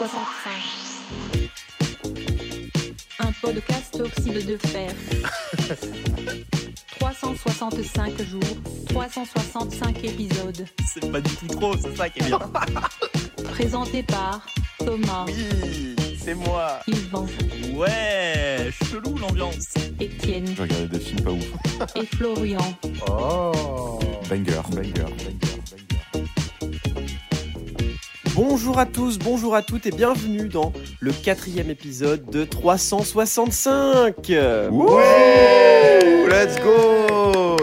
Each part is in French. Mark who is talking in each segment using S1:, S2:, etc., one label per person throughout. S1: 365. Un podcast oxyde de fer. 365 jours, 365 épisodes.
S2: C'est pas du tout trop, c'est ça qui est bien.
S1: Présenté par Thomas,
S2: Oui, c'est moi.
S1: Yvan,
S2: Ouais, chelou l'ambiance.
S1: Étienne
S3: Je regardais des films pas ouf.
S1: et Florian.
S3: Banger, banger, banger,
S4: Bonjour à tous, bonjour à toutes et bienvenue dans le quatrième épisode de 365
S3: Ouais
S4: Let's
S3: go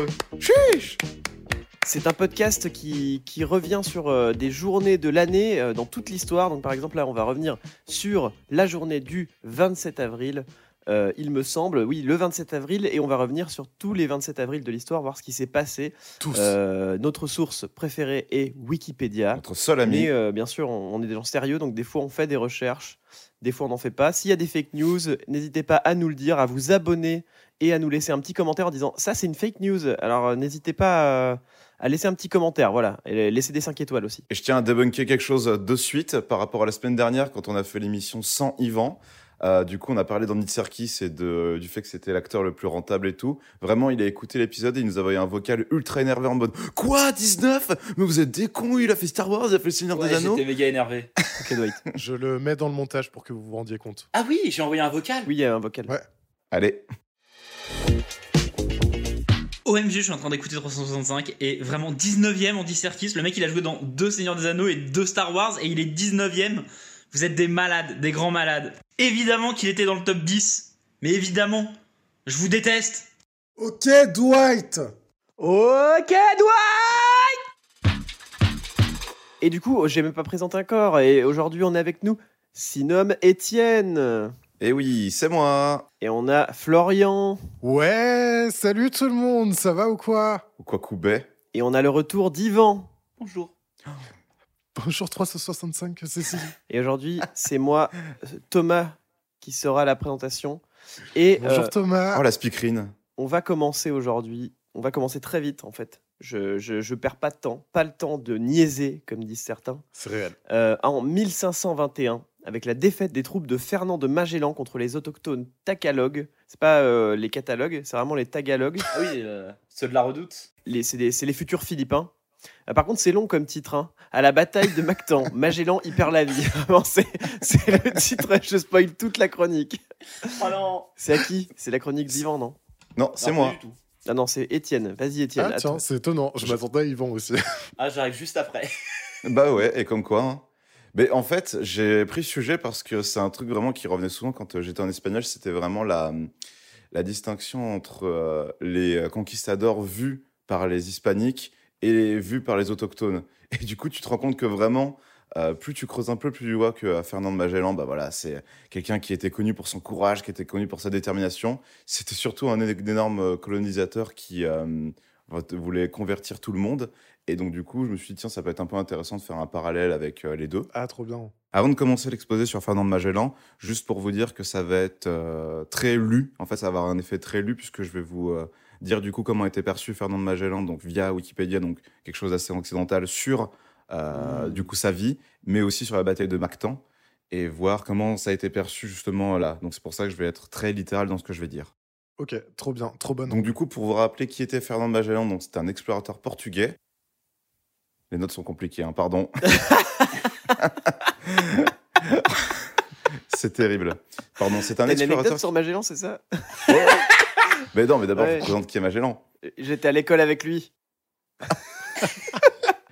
S4: C'est un podcast qui, qui revient sur euh, des journées de l'année euh, dans toute l'histoire. Donc par exemple là on va revenir sur la journée du 27 avril. euh, il me semble, oui, le 27 avril, et on va revenir sur tous les 27 avril de l'histoire, voir ce qui s'est passé.
S3: Tous.
S4: Euh, notre source préférée est Wikipédia.
S3: Notre seul ami.
S4: Mais euh, bien sûr, on, on est des gens sérieux, donc des fois on fait des recherches, des fois on n'en fait pas. S'il y a des fake news, euh, n'hésitez pas à nous le dire, à vous abonner et à nous laisser un petit commentaire en disant ça c'est une fake news. Alors euh, n'hésitez pas à, à laisser un petit commentaire, voilà, et laissez des 5 étoiles aussi.
S3: Et je tiens à débunker quelque chose de suite par rapport à la semaine dernière quand on a fait l'émission sans Yvan. Euh, du coup, on a parlé d'Andy Serkis et de, du fait que c'était l'acteur le plus rentable et tout. Vraiment, il a écouté l'épisode et il nous a envoyé un vocal ultra énervé en mode Quoi 19 Mais vous êtes des cons, il a fait Star Wars, il a fait le Seigneur
S5: Ouais,
S3: des Anneaux.
S5: J'étais méga énervé.
S4: Ok, Dwight.
S6: Je le mets dans le montage pour que vous vous rendiez compte.
S5: Ah oui, j'ai envoyé un vocal.
S4: oui, il y a un vocal.
S6: Ouais.
S3: Allez,
S7: OMG, je suis en train d'écouter 365 et vraiment 19ème Andy Serkis. Le mec, il a joué dans deux Seigneurs des Anneaux et deux Star Wars et il est 19ème. Vous êtes des malades, des grands malades. Évidemment qu'il était dans le top 10, mais évidemment, je vous déteste.
S6: Ok, Dwight
S4: Ok, Dwight Et du coup, j'ai même pas présenté un corps, et aujourd'hui on est avec nous Sinom Étienne,
S3: et Eh oui, c'est moi.
S4: et on a Florian,
S6: Ouais, salut tout le monde, ça va ou quoi
S3: Ou quoi, Koubet
S4: et on a le retour d'Ivan.
S5: Bonjour.
S6: Bonjour 365, Cécile.
S4: Et aujourd'hui, c'est moi, euh, Thomas, qui sera à la présentation. Et
S6: Bonjour
S4: euh,
S6: Thomas.
S5: Ah.
S3: Oh, la speakerine.
S4: on va commencer aujourd'hui. On va commencer très vite, en fait. Je, je, je perds pas de temps, pas le temps de niaiser, comme disent certains.
S6: C'est réel.
S4: Euh, en 1521, avec la défaite des troupes de Fernand de Magellan contre les autochtones Tagalogues, c'est pas euh, les Catalogues, c'est vraiment les Tagalogues,
S5: Ah oui, euh, ceux de la redoute.
S4: les, c'est, des- c'est les futurs Philippins. Euh, par contre, c'est long comme titre. hein. À la bataille de Mactan, Magellan y perd la vie. Vraiment, c'est, c'est le titre, je spoil toute la chronique.
S5: Oh non.
S4: C'est à qui C'est la chronique d'Ivan, non
S3: Non, c'est
S5: Non,
S3: moi.
S5: pas du tout.
S4: Ah non, c'est Étienne. Vas-y, Étienne.
S6: Ah
S4: à
S6: tiens,
S4: toi.
S6: c'est étonnant, je m'attendais à Yvan aussi.
S5: Ah, j'arrive juste après.
S3: Bah ouais, et comme quoi. hein. Mais en fait, j'ai pris ce sujet parce que c'est un truc vraiment qui revenait souvent quand euh, j'étais en espagnol, c'était vraiment la, hum, la distinction entre euh, les conquistadors vus par les hispaniques et les vus par les autochtones. Et du coup, tu te rends compte que vraiment, euh, plus tu creuses un peu, plus tu vois que euh, Fernand de Magellan, bah voilà, c'est quelqu'un qui était connu pour son courage, qui était connu pour sa détermination. C'était surtout un é- énorme euh, colonisateur qui euh, voulait convertir tout le monde. Et donc, du coup, je me suis dit, tiens, ça peut être un peu intéressant de faire un parallèle avec euh, les deux.
S6: Ah, trop bien.
S3: Avant de commencer l'exposé sur Fernand de Magellan, juste pour vous dire que ça va être euh, très lu. En fait, ça va avoir un effet très lu puisque je vais vous euh, dire du coup comment était perçu Fernand de Magellan, donc via Wikipédia, donc quelque chose d'assez occidental sur euh, du coup sa vie, mais aussi sur la bataille de Mactan et voir comment ça a été perçu justement là. Donc c'est pour ça que je vais être très littéral dans ce que je vais dire.
S6: Ok, trop bien, trop bonne.
S3: Donc du coup, pour vous rappeler qui était Fernand de Magellan, donc c'était un explorateur portugais. Les notes sont compliquées, hein, pardon. c'est terrible. Pardon, c'est
S4: T'as
S3: un
S4: une anecdote
S3: explorateur.
S4: sur Magellan, c'est ça
S3: Mais non, mais d'abord,
S4: Ouais.
S3: je vous présente qui est Magellan.
S4: J'étais à l'école avec lui.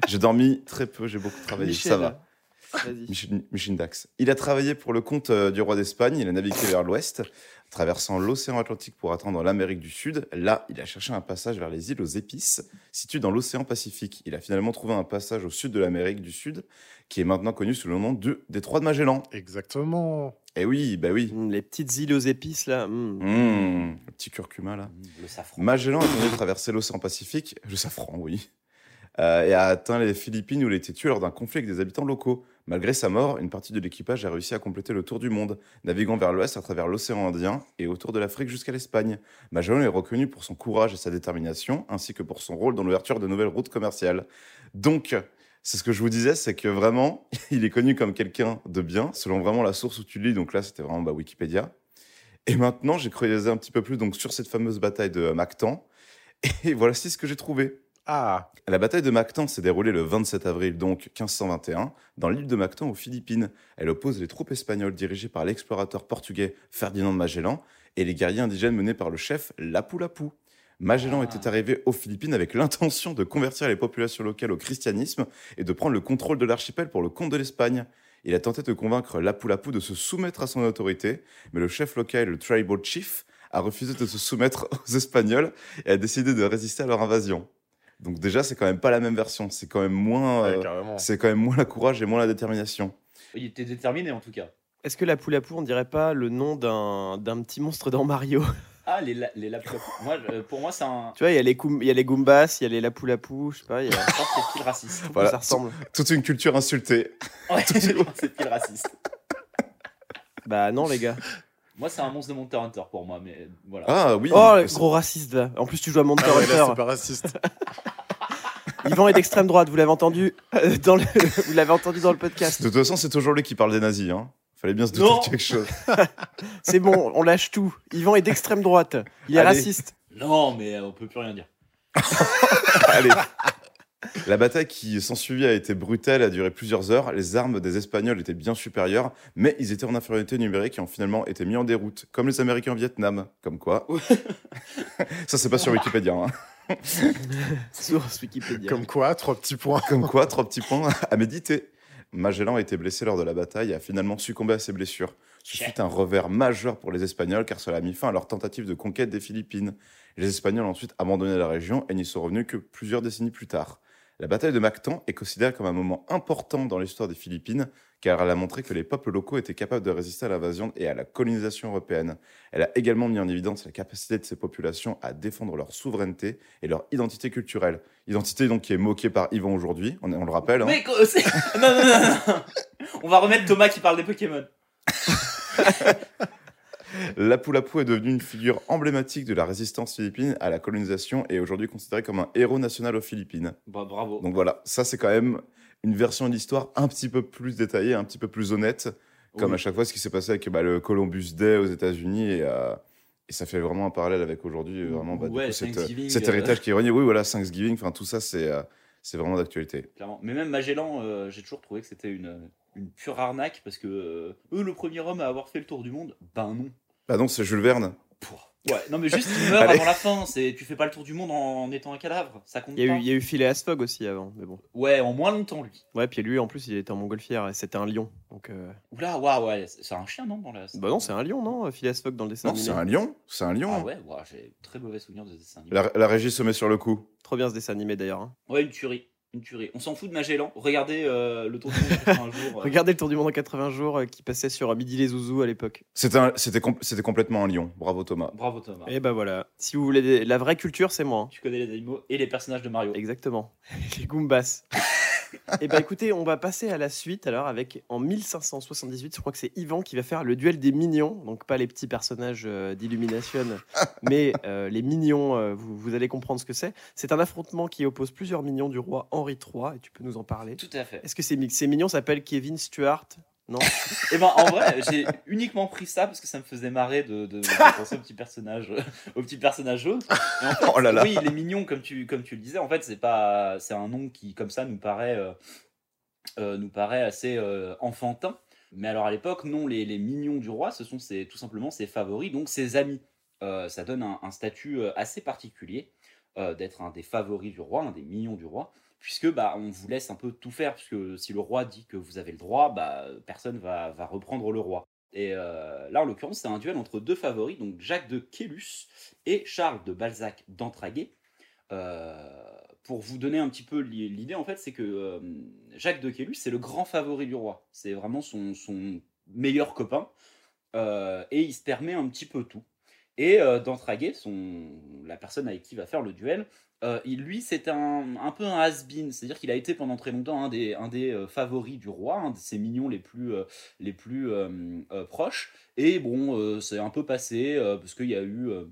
S3: J'ai dormi très peu, j'ai beaucoup travaillé,
S4: Michel.
S3: Ah, ça va.
S4: Vas-y.
S3: Michel- Michel Dax. Il a travaillé pour le compte euh, du roi d'Espagne, il a navigué vers l'ouest, traversant l'océan Atlantique pour atteindre l'Amérique du Sud. Là, il a cherché un passage vers les îles aux épices, situées dans l'océan Pacifique. Il a finalement trouvé un passage au sud de l'Amérique du Sud, qui est maintenant connu sous le nom de détroit de Magellan.
S6: Exactement.
S3: Eh oui, bah oui.
S4: Mm, Les petites îles aux épices, là. mm.
S3: Mmh, le petit curcuma là.
S5: Mmh, Le safran.
S3: Magellan a tenté de traverser l'océan Pacifique, le safran, oui, euh, et a atteint les Philippines où il a été tué lors d'un conflit avec des habitants locaux. Malgré sa mort, une partie de l'équipage a réussi à compléter le tour du monde, naviguant vers l'ouest à travers l'océan Indien et autour de l'Afrique jusqu'à l'Espagne. Magellan est reconnu pour son courage et sa détermination, ainsi que pour son rôle dans l'ouverture de nouvelles routes commerciales. Donc, C'est ce que je vous disais, c'est que vraiment, il est connu comme quelqu'un de bien, selon vraiment la source où tu lis. Donc là, c'était vraiment bah, Wikipédia. Et maintenant, j'ai creusé un petit peu plus donc sur cette fameuse bataille de Mactan. Et voici ce que j'ai trouvé.
S6: Ah,
S3: La bataille de Mactan s'est déroulée le 27 avril donc 1521 dans l'île de Mactan aux Philippines. Elle oppose les troupes espagnoles dirigées par l'explorateur portugais Ferdinand de Magellan et les guerriers indigènes menés par le chef Lapu Lapu. Magellan
S5: Ah.
S3: était arrivé aux Philippines avec l'intention de convertir les populations locales au christianisme et de prendre le contrôle de l'archipel pour le compte de l'Espagne. Il a tenté de convaincre Lapu Lapu de se soumettre à son autorité, mais le chef local, le tribal chief, a refusé de se soumettre aux Espagnols et a décidé de résister à leur invasion. Donc déjà, c'est quand même pas la même version. C'est quand même moins,
S6: ouais,
S3: euh,
S6: carrément.
S3: c'est quand même moins la courage et moins la détermination.
S5: Il était déterminé en tout cas.
S4: Est-ce que la poule à poule, on dirait pas le nom d'un d'un petit monstre dans Mario
S5: Ah, les, la- les laptops. moi, euh, pour moi, c'est un.
S4: Tu vois, il y, a les Goom- il y a les Goombas, il y a les la poule à poule, je sais pas, il y a...
S5: Je pense que c'est pile raciste.
S3: Voilà.
S4: ça ressemble.
S3: Toute une culture insultée.
S5: Ouais, je pense que c'est pile raciste.
S4: Bah non, les gars.
S5: Moi, c'est un monstre de Monster Hunter pour moi, mais voilà.
S3: Ah oui.
S4: Oh, le
S3: c'est-
S4: gros raciste là. En plus, tu joues à Monster
S6: Ah ouais, là, c'est
S4: Hunter.
S6: pas raciste.
S4: Yvan est d'extrême droite, vous l'avez entendu, euh, dans le... vous l'avez entendu dans le podcast.
S3: De toute façon, c'est toujours lui qui parle des nazis. Hein. Fallait bien se douter
S5: Non.
S3: de quelque chose.
S4: C'est bon, on lâche tout. Yvan est d'extrême droite. Il est
S3: Allez.
S4: raciste.
S5: Non, mais euh, on peut plus rien dire.
S3: Allez. La bataille qui s'ensuivit a été brutale, a duré plusieurs heures. Les armes des Espagnols étaient bien supérieures, mais ils étaient en infériorité numérique et ont finalement été mis en déroute, comme les Américains au Vietnam. Comme quoi. Ça, c'est pas sur Wikipédia. hein.
S4: Source Wikipédia.
S6: Comme quoi, trois petits points.
S3: Comme quoi, trois petits points à méditer. Magellan a été blessé lors de la bataille et a finalement succombé à ses blessures. Ce fut un revers majeur pour les Espagnols car cela a mis fin à leur tentative de conquête des Philippines. Les Espagnols ont ensuite abandonné la région et n'y sont revenus que plusieurs décennies plus tard. La bataille de Mactan est considérée comme un moment important dans l'histoire des Philippines car elle a montré que les peuples locaux étaient capables de résister à l'invasion et à la colonisation européenne. Elle a également mis en évidence la capacité de ces populations à défendre leur souveraineté et leur identité culturelle. Identité donc qui est moquée par Yvan aujourd'hui, on, on le rappelle. hein.
S5: Mais quoi, c'est- non, non, non, non, non. On va remettre Thomas qui parle des Pokémon.
S3: Lapu-Lapu est devenu une figure emblématique de la résistance philippine à la colonisation et est aujourd'hui considéré comme un héros national aux Philippines.
S5: Bah, bravo.
S3: Donc voilà, ça c'est quand même une version de l'histoire un petit peu plus détaillée, un petit peu plus honnête, comme
S5: Oui.
S3: à chaque fois ce qui s'est passé avec bah, le Columbus Day aux États-Unis et, euh, et ça fait vraiment un parallèle avec aujourd'hui, vraiment bah, du
S5: Ouais,
S3: coup, cet, euh,
S5: Thanksgiving,
S3: cet
S5: euh.
S3: héritage qui est revenu. Oui, voilà, Thanksgiving, enfin tout ça c'est euh, c'est vraiment d'actualité.
S5: clairement. Mais même Magellan, euh, j'ai toujours trouvé que c'était une, une pure arnaque parce que euh, eux, le premier homme à avoir fait le tour du monde, ben non.
S3: Bah non, c'est Jules Verne.
S5: Pouah. Ouais, non, mais juste il meurt
S3: Allez.
S5: avant la fin. C'est, tu fais pas le tour du monde en, en étant un cadavre. Ça compte
S4: Il y, a
S5: pas.
S4: eu, il y a eu Phileas Fogg aussi avant, mais bon.
S5: Ouais, en moins longtemps, lui.
S4: Ouais, puis lui en plus il était en montgolfière et c'était un lion. Donc, euh,
S5: Oula, waouh, ouais, c'est c'est un chien, non dans la...
S4: Bah non, c'est un lion, non Phileas Fogg dans le dessin
S3: Non,
S4: animé.
S3: c'est un lion, c'est un lion.
S5: Ah ouais, waouh, j'ai très mauvais souvenir de ce dessin animé.
S3: La, la régie se met sur le coup.
S4: Trop bien ce dessin animé d'ailleurs. hein.
S5: Ouais, une tuerie. Une tuerie. On s'en fout de Magellan. Regardez euh, le tour du monde en 80 jours. euh.
S4: Regardez le tour du monde en 80 jours euh, qui passait sur euh, Midi les Zouzous à l'époque.
S3: C'était un- c'était com- c'était complètement un lion. Bravo Thomas.
S5: Bravo Thomas.
S4: Et bah voilà. Si vous voulez des- la vraie culture, c'est moi. hein.
S5: Tu connais les animaux et les personnages de Mario.
S4: Exactement. Les Goombas. Et bah écoutez, on va passer à la suite alors avec en 1578, je crois que c'est Yvan qui va faire le duel des mignons, donc pas les petits personnages euh, d'Illumination, mais euh, les mignons, euh, vous, vous allez comprendre ce que c'est. C'est un affrontement qui oppose plusieurs mignons du roi Henri III, et tu peux nous en parler.
S5: Tout à fait.
S4: Est-ce que ces, mi- ces mignons s'appellent Kevin Stuart Non
S5: Et ben en vrai, j'ai uniquement pris ça parce que ça me faisait marrer de, de, de penser au petit personnage, au petit personnage jaune. Et en fait,
S3: Oh là là.
S5: Oui, il est mignon comme tu comme tu le disais. En fait, c'est pas c'est un nom qui comme ça nous paraît euh, euh, nous paraît assez euh, enfantin. Mais alors à l'époque, non, les, les mignons du roi, ce sont ses- tout simplement ses favoris, donc ses amis. Euh, ça donne un, un statut euh, assez particulier euh, d'être un des favoris du roi, un des mignons du roi, puisque bah, on vous laisse un peu tout faire, puisque si le roi dit que vous avez le droit, bah, personne va, va reprendre le roi. Et euh, là, en l'occurrence, c'est un duel entre deux favoris, donc Jacques de Quélus et Charles de Balzac d'Entraguet. Euh, pour vous donner un petit peu l'i- l'idée, en fait, c'est que euh, Jacques de Quélus, c'est le grand favori du roi. C'est vraiment son, son meilleur copain. Euh, et il se permet un petit peu tout. Et euh, d'Entraguet, son, la personne avec qui il va faire le duel, euh, il- lui, c'est un, un peu un has-been. C'est-à-dire qu'il a été pendant très longtemps un des, un des euh, favoris du roi, un de ses mignons les plus, euh, les plus euh, euh, proches. Et bon, euh, c'est un peu passé euh, parce qu'il y a eu. euh,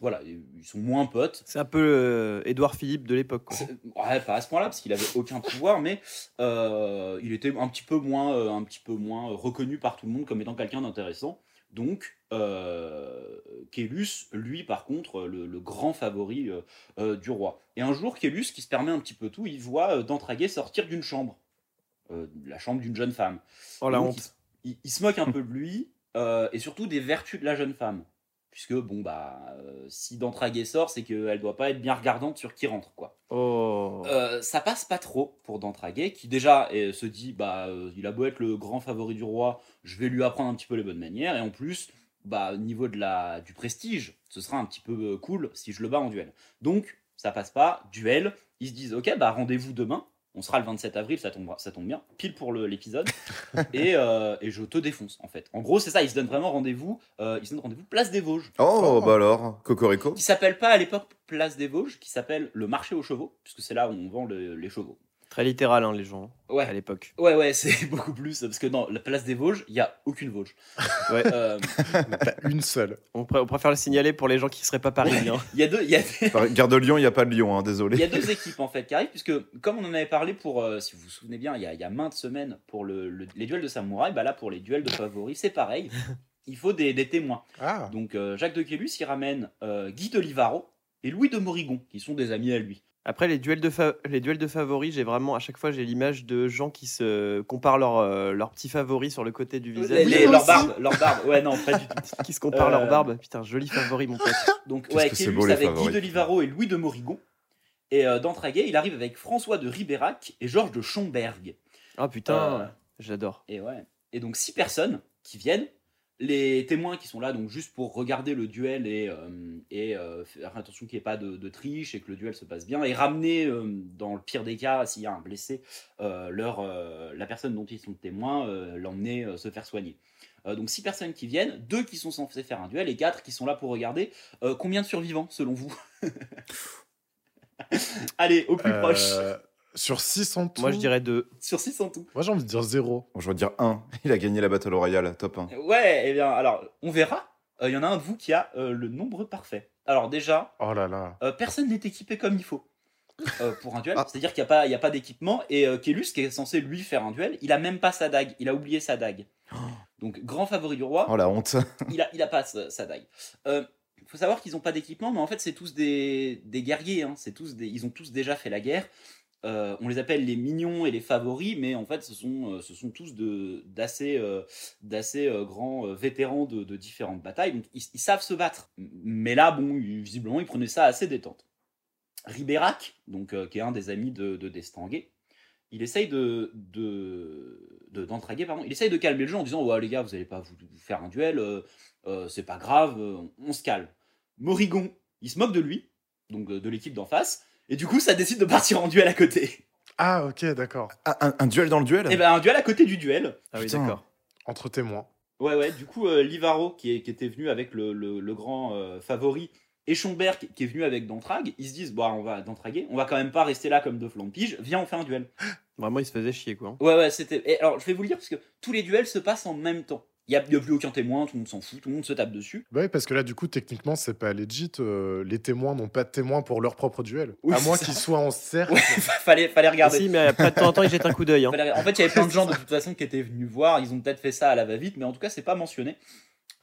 S5: Voilà, ils sont moins potes.
S4: C'est un peu euh, Édouard Philippe de l'époque. quoi.
S5: C'est- Euh, ouais, pas à ce point-là parce qu'il avait aucun pouvoir, mais euh, il était un petit peu moins, euh, un petit peu moins reconnu par tout le monde comme étant quelqu'un d'intéressant. Donc, euh, Kélus, lui, par contre, le, le grand favori euh, euh, du roi. Et un jour, Kélus, qui se permet un petit peu tout, il voit euh, Dantraguet sortir d'une chambre, Euh, la chambre d'une jeune femme.
S4: Oh la
S5: Donc,
S4: honte.
S5: il se- Il, il se moque un peu de lui euh, et surtout des vertus de la jeune femme. Puisque, bon, bah, euh, si Dantraguet sort, c'est qu'elle doit pas être bien regardante sur qui rentre, quoi.
S4: Oh.
S5: Euh, ça passe pas trop pour Dantraguet, qui déjà euh, se dit bah euh, il a beau être le grand favori du roi, je vais lui apprendre un petit peu les bonnes manières, et en plus, bah au niveau de la du prestige, ce sera un petit peu euh, cool si je le bats en duel. Donc ça passe pas, duel, ils se disent ok bah rendez-vous demain, on sera le 27 avril, ça tombe ça tombe bien, pile pour le- l'épisode, et, euh, et je te défonce en fait. En gros c'est ça, ils se donnent vraiment rendez-vous, euh, ils se donnent rendez-vous place des Vosges
S3: Oh,
S6: Oh.
S3: bah alors, Cocorico.
S5: qui s'appelle pas à l'époque Place des Vosges, qui s'appelle le marché aux chevaux, puisque c'est là où on vend le- les chevaux.
S4: Très littéral, hein, les gens, à
S5: Ouais,
S4: l'époque.
S5: ouais, ouais, c'est beaucoup plus, parce que dans la place des Vosges, il n'y a aucune Vosges.
S4: Ouais.
S5: Euh,
S6: Pas une seule.
S4: On, pr- on préfère le signaler pour les gens qui seraient pas parisiens.
S5: Il y, a deux- il y a-
S3: Par- Gare de Lyon, il n'y a pas de Lyon, hein,
S5: il y a
S3: désolé.
S5: deux équipes en fait qui arrivent, puisque comme on en avait parlé pour, euh, si vous vous souvenez bien, il y a, il y a maintes semaines pour le- le- les duels de samouraï, bah là pour les duels de favoris, c'est pareil. Il faut des, des témoins.
S6: Ah,
S5: Donc euh, Jacques de Quélus, il ramène euh, Guy de Livaro et Louis de Morigon, qui sont des amis à lui.
S4: Après, les duels de, fa- les duels de favoris, j'ai vraiment, à chaque fois, j'ai l'image de gens qui se comparent leurs euh, leurs petits favoris sur le côté du visage.
S5: Les- les-
S6: Oui,
S5: leur
S6: aussi.
S5: barbe, leur barbe, ouais, non, pas du tout.
S4: qui se comparent
S5: Euh,
S4: leur barbe. Putain, joli favori, mon pote.
S5: Donc,
S3: Qu'est-ce
S5: ouais,
S3: que c'est
S5: Kélus
S3: beau, les
S5: avec Guy
S3: favoris.
S5: de Livaro et Louis de Morigon. Et euh, d'Entraguet, il arrive avec François de Ribérac et Georges de Schomberg.
S4: Ah putain,
S5: Euh.
S4: j'adore.
S5: Et ouais. Et donc, six personnes qui viennent. Les témoins qui sont là, donc juste pour regarder le duel et, euh, et euh, faire attention qu'il n'y ait pas de, de triche et que le duel se passe bien. Et ramener, euh, dans le pire des cas, s'il y a un blessé, euh, leur, euh, la personne dont ils sont témoins, euh, l'emmener euh, se faire soigner. Euh, donc six personnes qui viennent, deux qui sont censées faire un duel et quatre qui sont là pour regarder. Euh, combien de survivants selon vous Allez, au plus
S6: euh,
S5: proche.
S6: Sur 6 en tout.
S4: Moi, je dirais deux.
S5: Sur six en tout.
S6: Moi, j'ai envie de dire 0.
S3: Bon, je vais dire 1. Il a gagné la Battle Royale, top 1.
S5: Ouais, eh bien, alors, on verra. Il y en a un de vous qui a euh, le nombre parfait. Alors, déjà,
S6: Oh là là.
S5: euh, personne n'est équipé comme il faut euh, pour un duel. C'est-à-dire qu'il n'y a pas, il y a pas d'équipement. Et euh, Kélus, qui est censé lui faire un duel, il a même pas sa dague. Il a oublié sa dague. Donc, grand favori du roi,
S3: Oh la honte.
S5: il, a, il a pas sa, sa dague. Euh, faut savoir qu'ils n'ont pas d'équipement, mais en fait, c'est tous des, des guerriers. hein. C'est tous des, ils ont tous déjà fait la guerre. Euh, on les appelle les mignons et les favoris, mais en fait, ce sont, euh, ce sont tous de- d'assez euh, d'assez euh, grands euh, vétérans de, de différentes batailles. Donc, ils, ils savent se battre. Mais là, bon, ils- visiblement, ils prenaient ça assez détente. Ribérac, donc, euh, qui est un des amis de, de Destanguet, il essaye de, de, de- d'entraguer, pardon. Il essaye de calmer le jeu en disant Ouais, les gars, vous n'allez pas vous, vous faire un duel, euh, euh, c'est pas grave, euh, on se calme. Morrigon, il se moque de lui, donc euh, de l'équipe d'en face, et du coup, ça décide de partir en duel à côté.
S6: Ah, ok, d'accord.
S3: Ah, un, un duel dans le duel
S5: Et ben, un duel à côté du duel.
S4: Ah oui,
S3: Putain.
S4: d'accord.
S6: Entre témoins.
S5: Ouais, ouais, du coup, euh, Livaro, qui, est- qui était venu avec le, le- le grand euh, favori, et Schomberg, qui est venu avec Dantrag, ils se disent Bah, on va Dantraguer, on va quand même pas rester là comme deux flancs de pige, viens, on fait un duel.
S4: Vraiment, il se faisait chier, quoi. hein.
S5: Ouais, ouais, c'était. et alors, je vais vous le dire, parce que tous les duels se passent en même temps. Il n'y a, y a plus aucun témoin, tout le monde s'en fout, tout le monde se tape dessus.
S6: Bah oui, parce que là, du coup, techniquement, c'est pas legit. euh, les témoins n'ont pas de témoins pour leur propre duel.
S5: Oui,
S6: à
S5: c'est
S6: moins
S5: ça.
S6: qu'ils soient en cercle.
S5: Ouais, fallait, fallait
S4: Ah,
S5: regarder.
S4: si, mais après, de temps en temps, il jette un coup d'œil. hein.
S5: Fallait- En fait, il y avait plein de gens de toute façon qui étaient venus voir. Ils ont peut-être fait ça à la va-vite, mais en tout cas, c'est pas mentionné.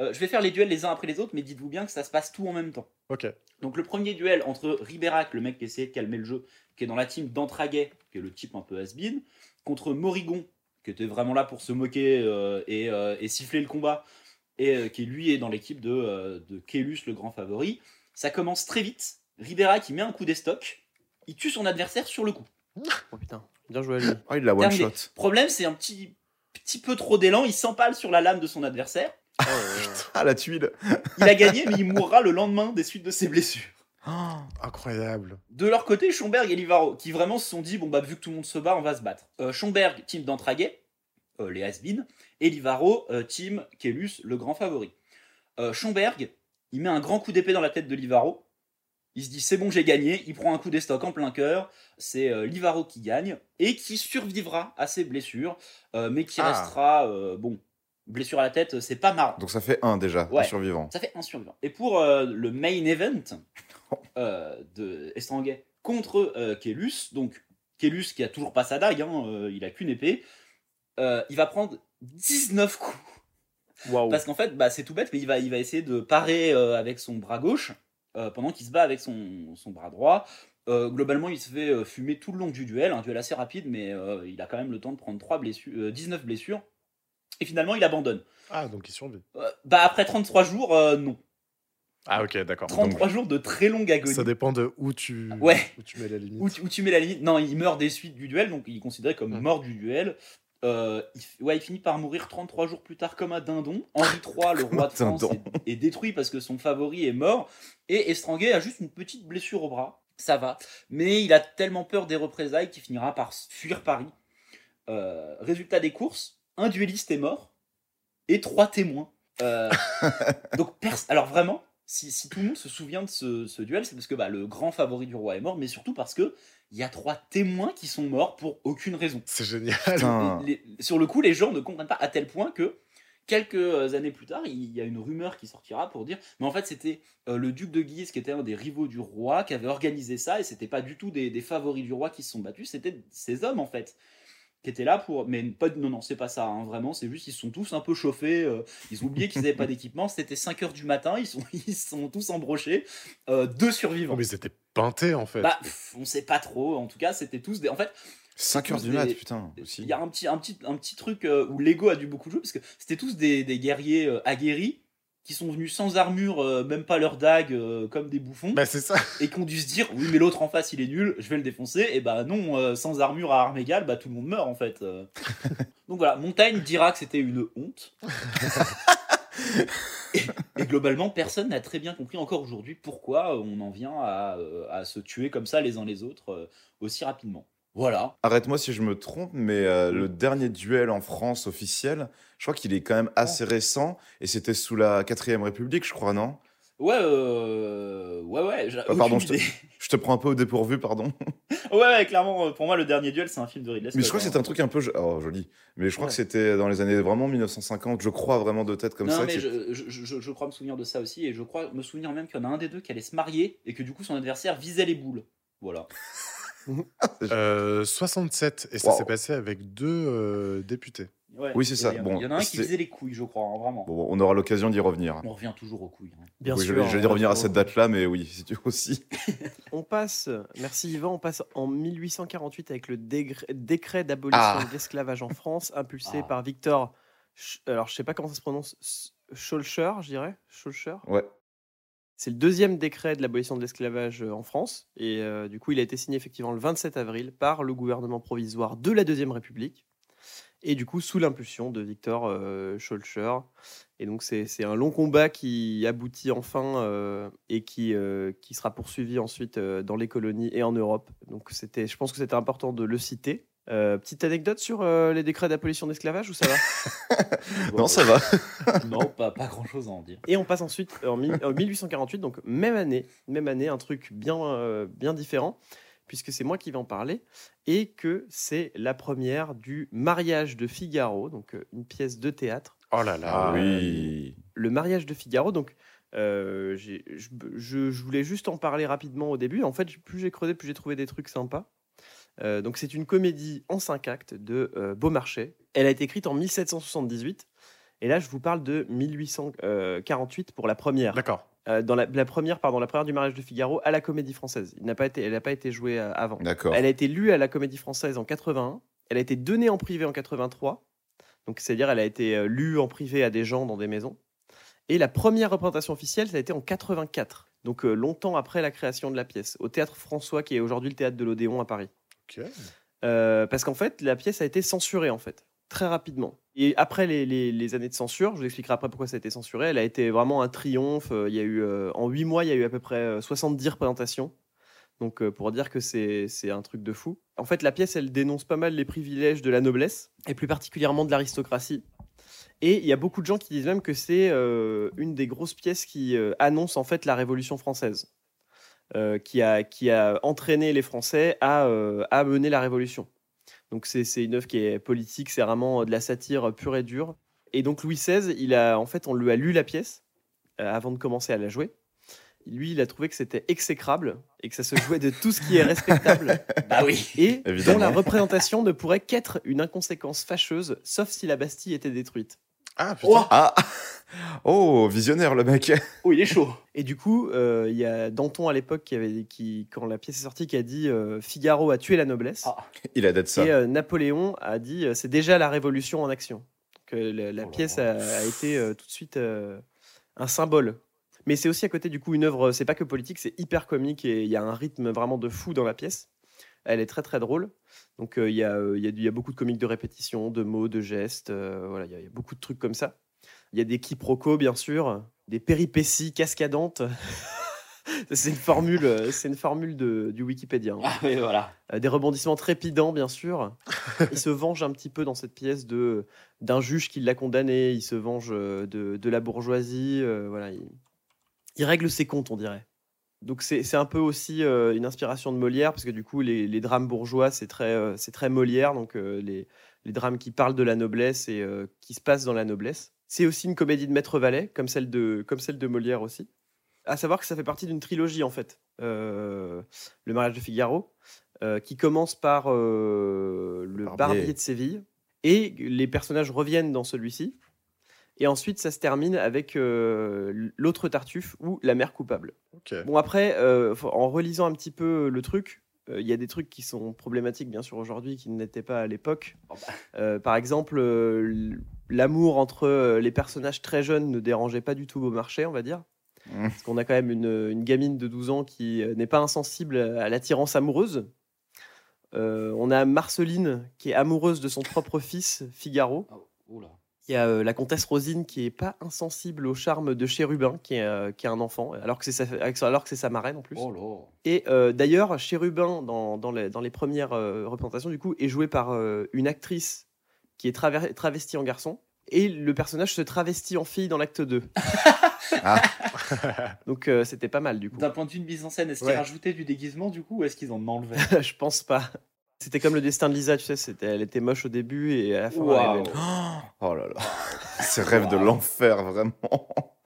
S5: Euh, je vais faire les duels les uns après les autres, mais dites-vous bien que ça se passe tout en même temps.
S6: Ok.
S5: Donc, le premier duel entre Ribérac, le mec qui essayait de calmer le jeu, qui est dans la team d'Entraguet, qui est le type un peu has contre Morrigon, qui était vraiment là pour se moquer euh, et, euh, et siffler le combat, et euh, qui lui est dans l'équipe de, euh, de Kélus, le grand favori. Ça commence très vite. Ribérac, il met un coup d'estoc, il tue son adversaire sur le coup.
S4: Oh putain, bien joué à lui.
S3: Oh, il l'a one
S5: Terminé.
S3: shot.
S5: Problème, c'est un petit, petit peu trop d'élan. Il s'empale sur la lame de son adversaire.
S3: Ah, la tuile.
S5: Il a gagné, mais il mourra le lendemain des suites de ses blessures.
S3: Oh,
S6: Incroyable.
S5: De leur côté, Schomberg et Livaro, qui vraiment se sont dit bon, bah, vu que tout le monde se bat, on va se battre. Euh, Schomberg, team d'Entraguet, euh, les has et Livaro, euh, team Kélus, le grand favori. Euh, Schomberg, il met un grand coup d'épée dans la tête de Livaro. Il se dit c'est bon, j'ai gagné. Il prend un coup d'estoc en plein cœur. C'est euh, Livaro qui gagne et qui survivra à ses blessures, euh, mais qui
S6: Ah.
S5: restera euh, bon Blessure à la tête, c'est pas marrant.
S3: Donc ça fait un déjà,
S5: Ouais.
S3: un survivant.
S5: Ça fait un survivant. Et pour euh, le main event euh, de Estranguet contre euh, Kélus, donc Kélus qui a toujours pas sa dague, hein, euh, il a qu'une épée, euh, il va prendre 19 coups.
S4: Waouh.
S5: Parce qu'en fait, bah, c'est tout bête, mais il va, il va essayer de parer euh, avec son bras gauche euh, pendant qu'il se bat avec son, son bras droit. Euh, globalement, il se fait euh, fumer tout le long du duel, un duel assez rapide, mais euh, il a quand même le temps de prendre trois blessures, euh, 19 blessures. Et finalement, il abandonne.
S6: Ah, donc il survit.
S5: Euh, bah, après 33 jours, euh, non.
S6: Ah, ok, d'accord.
S5: 33 jours de très longue
S6: Donc,
S5: agonie.
S6: ça dépend de où tu,
S5: Ouais.
S6: où tu mets la limite.
S5: Où tu, où tu mets la limite Non, il meurt des suites du duel, donc il est considéré comme
S6: Mm.
S5: mort du duel. Euh, il, f- ouais, il finit par mourir 33 jours plus tard comme un dindon. Henri III, le
S3: Comme
S5: roi
S3: un
S5: de France,
S3: dindon.
S5: est, est détruit parce que son favori est mort. Et Estranguet a juste une petite blessure au bras. Ça va. Mais il a tellement peur des représailles qu'il finira par s- fuir Paris. Euh, résultat des courses, un duelliste est mort et trois témoins. Euh, donc, pers- alors vraiment, si, si tout le monde se souvient de ce, ce duel, c'est parce que bah, le grand favori du roi est mort, mais surtout parce que il y a trois témoins qui sont morts pour aucune raison.
S6: C'est génial.
S3: Putain.
S5: Les- les- sur le coup, les gens ne comprennent pas à tel point que quelques années plus tard, il y a une rumeur qui sortira pour dire, mais en fait, c'était euh, le duc de Guise qui était un des rivaux du roi qui avait organisé ça, et c'était pas du tout des, des favoris du roi qui se sont battus, c'était ces hommes en fait qui étaient là pour, mais pas, non non, c'est pas ça, hein, vraiment, c'est juste ils se sont tous un peu chauffés, euh, ils ont oublié qu'ils n'avaient pas d'équipement, c'était 5 heures du matin, ils sont ils sont tous embrochés, euh, deux survivants.
S6: Non, Oh, mais ils étaient peintés, en fait.
S5: Bah, pff, on sait pas trop. En tout cas, c'était tous des. En fait,
S3: 5 heures du
S5: des-
S3: mat, putain. Aussi.
S5: il y a un petit, un petit, un petit truc euh, où l'ego a dû beaucoup jouer parce que c'était tous des, des guerriers euh, aguerris qui sont venus sans armure, euh, même pas leur dague, euh, comme des bouffons,
S6: Bah, c'est ça.
S5: et qui ont dû se dire oui, mais l'autre en face il est nul, je vais le défoncer. Et bah non, euh, sans armure à armes égales, bah tout le monde meurt en fait. euh. Donc voilà, Montaigne dira que c'était une honte. Et, et globalement, personne n'a très bien compris encore aujourd'hui pourquoi on en vient à, euh, à se tuer comme ça les uns les autres euh, aussi rapidement. Voilà.
S3: Arrête-moi si je me trompe, mais euh, le dernier duel en France officiel, je crois qu'il est quand même assez
S5: Oh.
S3: récent et c'était sous la 4ème République, je crois, non
S5: Ouais, euh, ouais, ouais. j'ai
S3: Ah, pardon,
S5: aucune
S3: je te-
S5: idée.
S3: Je te prends un peu au dépourvu, pardon.
S5: ouais, ouais, clairement, euh, pour moi, le dernier duel, c'est un film de Ridley Scott.
S3: Mais je crois que
S5: hein.
S3: c'était un truc un peu. jo- Oh, joli. Mais je crois
S5: Ouais.
S3: que c'était dans les années vraiment 1950, je crois vraiment de tête comme
S5: non,
S3: ça.
S5: mais
S3: qui-
S5: je, je, je- je crois me souvenir de ça aussi, et je crois me souvenir même qu'il y en a un des deux qui allait se marier, et que du coup, son adversaire visait les boules. Voilà.
S6: Euh, 67, et ça
S3: Wow.
S6: s'est passé avec deux euh, députés.
S5: Ouais.
S3: Oui, c'est ça,
S5: Il y en-
S3: bon,
S5: il y en a un qui
S3: c'était-
S5: visait les couilles, je crois, hein, vraiment.
S3: Bon, on aura l'occasion d'y revenir.
S5: On revient toujours aux couilles. hein.
S4: Bien
S3: Oui, je
S4: sûr.
S3: vais- je vais y
S4: on
S3: revenir à
S4: va-
S3: cette date-là, mais oui, si tu aussi.
S4: On passe, merci Yvan, on passe en 1848 avec le dégré- décret d'abolition
S3: Ah.
S4: de l'esclavage en France, impulsé
S5: Ah.
S4: par Victor. Sch- alors, je sais pas comment ça se prononce, S- Schœlcher, je dirais. Schœlcher.
S3: Ouais.
S4: C'est le deuxième décret de l'abolition de l'esclavage euh, en France. Et euh, du coup, il a été signé effectivement le 27 avril par le gouvernement provisoire de la Deuxième République. Et du coup, sous l'impulsion de Victor euh, Schœlcher. Et donc, c'est c'est un long combat qui aboutit enfin euh, et qui, euh, qui sera poursuivi ensuite euh, dans les colonies et en Europe. Donc, c'était, je pense que c'était important de le citer. Euh, petite anecdote sur euh, les décrets d'abolition d'esclavage, ou ça va
S3: non, ça va.
S5: non, pas, pas grand chose à en dire.
S4: Et on passe ensuite en, mi- en 1848, donc même année, même année, un truc bien, euh, bien différent, puisque c'est moi qui vais en parler, et que c'est la première du mariage de Figaro, donc euh, une pièce de théâtre.
S6: Oh là là.
S3: Ah oui.
S4: Le mariage de Figaro, donc euh, j'ai- je, je- je voulais juste en parler rapidement au début. En fait, plus j'ai creusé, plus j'ai trouvé des trucs sympas. Euh, donc c'est une comédie en cinq actes de euh, Beaumarchais. Elle a été écrite en 1778. Et là, je vous parle de 1848 pour la première.
S6: D'accord.
S4: Euh, dans la, la première, pardon, la première du mariage de Figaro à la Comédie Française. Il n'a pas été, elle n'a pas été jouée euh, avant.
S3: D'accord.
S4: Elle a été lue à la Comédie Française en 81. Elle a été donnée en privé en 83. Donc c'est-à-dire, elle a été euh, lue en privé à des gens dans des maisons. Et la première représentation officielle, ça a été en 84. Donc euh, longtemps après la création de la pièce, au théâtre François, qui est aujourd'hui le théâtre de l'Odéon à Paris.
S6: Ok.
S4: Euh, parce qu'en fait, la pièce a été censurée, en fait, très rapidement. Et après les, les- les années de censure, je vous expliquerai après pourquoi ça a été censuré, elle a été vraiment un triomphe. Euh, Il y a eu, euh, en 8 mois, il y a eu à peu près euh, 70 représentations. Donc, euh, pour dire que c'est c'est un truc de fou. En fait, la pièce, elle dénonce pas mal les privilèges de la noblesse, et plus particulièrement de l'aristocratie. Et il y a beaucoup de gens qui disent même que c'est euh, une des grosses pièces qui euh, annonce en fait la Révolution française, euh, qui, a, qui a entraîné les Français à, euh, à mener la Révolution. Donc c'est c'est une œuvre qui est politique, c'est vraiment euh, de la satire pure et dure. Et donc Louis XVI, il a, en fait, on lui a lu la pièce euh, avant de commencer à la jouer. Lui, il a trouvé que c'était exécrable et que ça se jouait de tout ce qui est respectable
S5: Bah oui.
S4: et dont
S3: Évidemment.
S4: la représentation ne pourrait qu'être une inconséquence fâcheuse, sauf si la Bastille était détruite.
S6: Ah putain.
S3: Ah Oh, visionnaire le mec
S5: Oh, il est chaud.
S4: Et du coup, euh, il y a Danton à l'époque qui avait, qui, quand la pièce est sortie, qui a dit euh, Figaro a tué la noblesse.
S5: Ah,
S3: Il a d'être ça.
S4: Et euh, Napoléon a dit euh, c'est déjà la révolution en action. Que la, la
S5: Oh là
S4: pièce a, a été euh, tout de suite euh, un symbole. Mais c'est aussi à côté du coup une œuvre, c'est pas que politique, c'est hyper comique et il y a un rythme vraiment de fou dans la pièce. Elle est très très drôle. Donc euh, il y, a, euh, il y a du- il y a beaucoup de comiques de répétition, de mots, de gestes. euh, voilà, il y, a- il y a beaucoup de trucs comme ça. Il y a des quiproquos bien sûr, des péripéties cascadantes. c'est une formule, euh, c'est une formule de, du Wikipédia. hein.
S5: ah mais voilà.
S4: Euh, des rebondissements trépidants, bien sûr. Il se venge un petit peu dans cette pièce de d'un juge qui l'a condamné. Il se venge euh, de, de la bourgeoisie. euh, voilà, il, il règle ses comptes, on dirait. Donc c'est c'est un peu aussi euh, une inspiration de Molière, parce que du coup, les, les drames bourgeois, c'est très, euh, c'est très Molière, donc euh, les, les drames qui parlent de la noblesse et euh, qui se passent dans la noblesse. C'est aussi une comédie de Maître Valet, comme celle de, comme celle de Molière aussi. À savoir que ça fait partie d'une trilogie, en fait. Euh, le mariage de Figaro, euh, qui commence par euh, le
S3: Barbier.
S4: barbier de Séville, et les personnages reviennent dans celui-ci. Et ensuite, ça se termine avec euh, l'autre Tartuffe ou la mère coupable.
S6: Ok.
S4: Bon, après, euh, faut- en relisant un petit peu le truc, euh, il y a des trucs qui sont problématiques, bien sûr, aujourd'hui, qui n'étaient pas à l'époque.
S5: Oh bah.
S4: Euh, par exemple, euh, l- l'amour entre euh, les personnages très jeunes ne dérangeait pas du tout Beaumarchais, on va dire.
S3: Mm.
S4: Parce qu'on a quand même une, euh, une gamine de 12 ans qui euh, n'est pas insensible à l'attirance amoureuse. Euh, on a Marceline qui est amoureuse de son propre fils, Figaro.
S5: Ah, oula.
S4: Il y a euh, la comtesse Rosine qui est pas insensible au charme de Chérubin, qui est, euh, qui est un enfant, alors que c'est sa, alors que c'est sa marraine en plus.
S5: Oh là.
S4: Et euh, d'ailleurs, Chérubin, dans, dans, les, dans les premières euh, représentations, du coup, est joué par euh, une actrice qui est traver- travestie en garçon. Et le personnage se travestit en fille dans l'acte 2.
S3: Ah.
S4: Donc euh, c'était pas mal du coup.
S5: D'un point de vue de mise en scène, est-ce qu'ils
S6: Ouais.
S5: rajoutaient du déguisement du coup ou est-ce qu'ils en enlevaient
S4: Je pense pas. C'était comme le destin de Lisa, tu sais, c'était, elle était moche au début et à la fin. elle est
S5: Waouh.
S4: belle.
S3: Oh là là. Ces rêves de
S5: Wow.
S3: l'enfer, vraiment.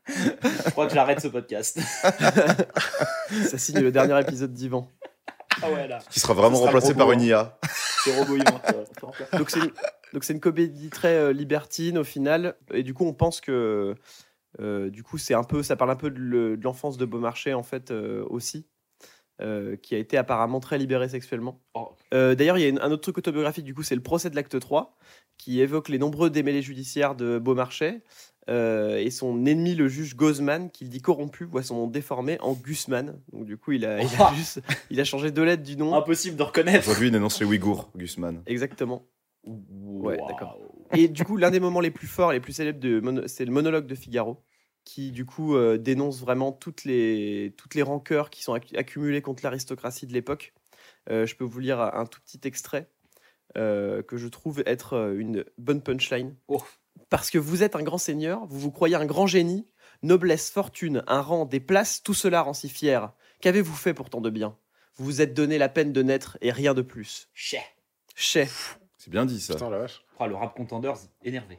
S5: Je crois que j'arrête ce podcast.
S4: Ça signe le dernier épisode d'Ivan.
S5: ah ouais là.
S3: Qui sera vraiment
S5: Ce sera le
S3: remplacé
S5: robot,
S3: par une
S5: hein.
S3: IA.
S5: C'est robot humain. ça.
S4: Donc c'est une, donc c'est une comédie très euh, libertine au final, et du coup on pense que euh, du coup c'est un peu, ça parle un peu de, le- de l'enfance de Beaumarchais en fait euh, aussi, euh, qui a été apparemment très libéré sexuellement.
S5: Oh.
S4: Euh, D'ailleurs il y a une- un autre truc autobiographique du coup c'est le procès de l'acte 3 qui évoque les nombreux démêlés judiciaires de Beaumarchais. euh, et son ennemi, le juge Gozman, qu'il dit corrompu, voit son nom déformé en Guzman. Donc, du coup, il a, il a, juste- il a changé deux lettres du nom.
S5: Impossible de reconnaître.
S3: Aujourd'hui, il dénonce les Ouïghours, Guzman.
S4: Exactement.
S5: Ouais,
S4: d'accord. Et du coup, l'un des moments les plus forts, les plus célèbres, de mono- c'est le monologue de Figaro, qui du coup euh, dénonce vraiment toutes les, toutes les rancœurs qui sont accu- accumulées contre l'aristocratie de l'époque. Euh, je peux vous lire un tout petit extrait euh, que je trouve être euh, une bonne punchline.
S5: Oh.
S4: Parce que vous êtes un grand seigneur, vous vous croyez un grand génie, noblesse, fortune, un rang, des places, tout cela rend si fier. Qu'avez-vous fait pour tant de bien Vous vous êtes donné la peine de naître et rien de plus.
S5: Chais.
S4: Chef.
S3: C'est bien dit, ça.
S6: Putain la vache.
S5: Oh, le rap contenders énervé.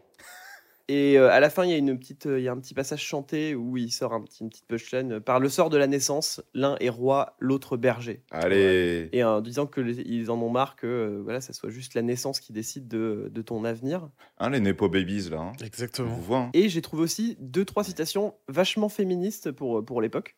S4: Et euh, à la fin, il y a une petite, euh, il y a un petit passage chanté où il sort un petit, une petite punchline. euh, Par le sort de la naissance, l'un est roi, l'autre berger.
S3: Allez.
S4: Et en disant que les- ils en ont marre que euh, voilà, ça soit juste la naissance qui décide de, de ton avenir.
S3: Hein, les Nepo Babies, là. hein. On
S6: Exactement.
S3: vous voit, hein.
S4: Et j'ai trouvé aussi deux trois citations vachement féministes pour euh, pour l'époque.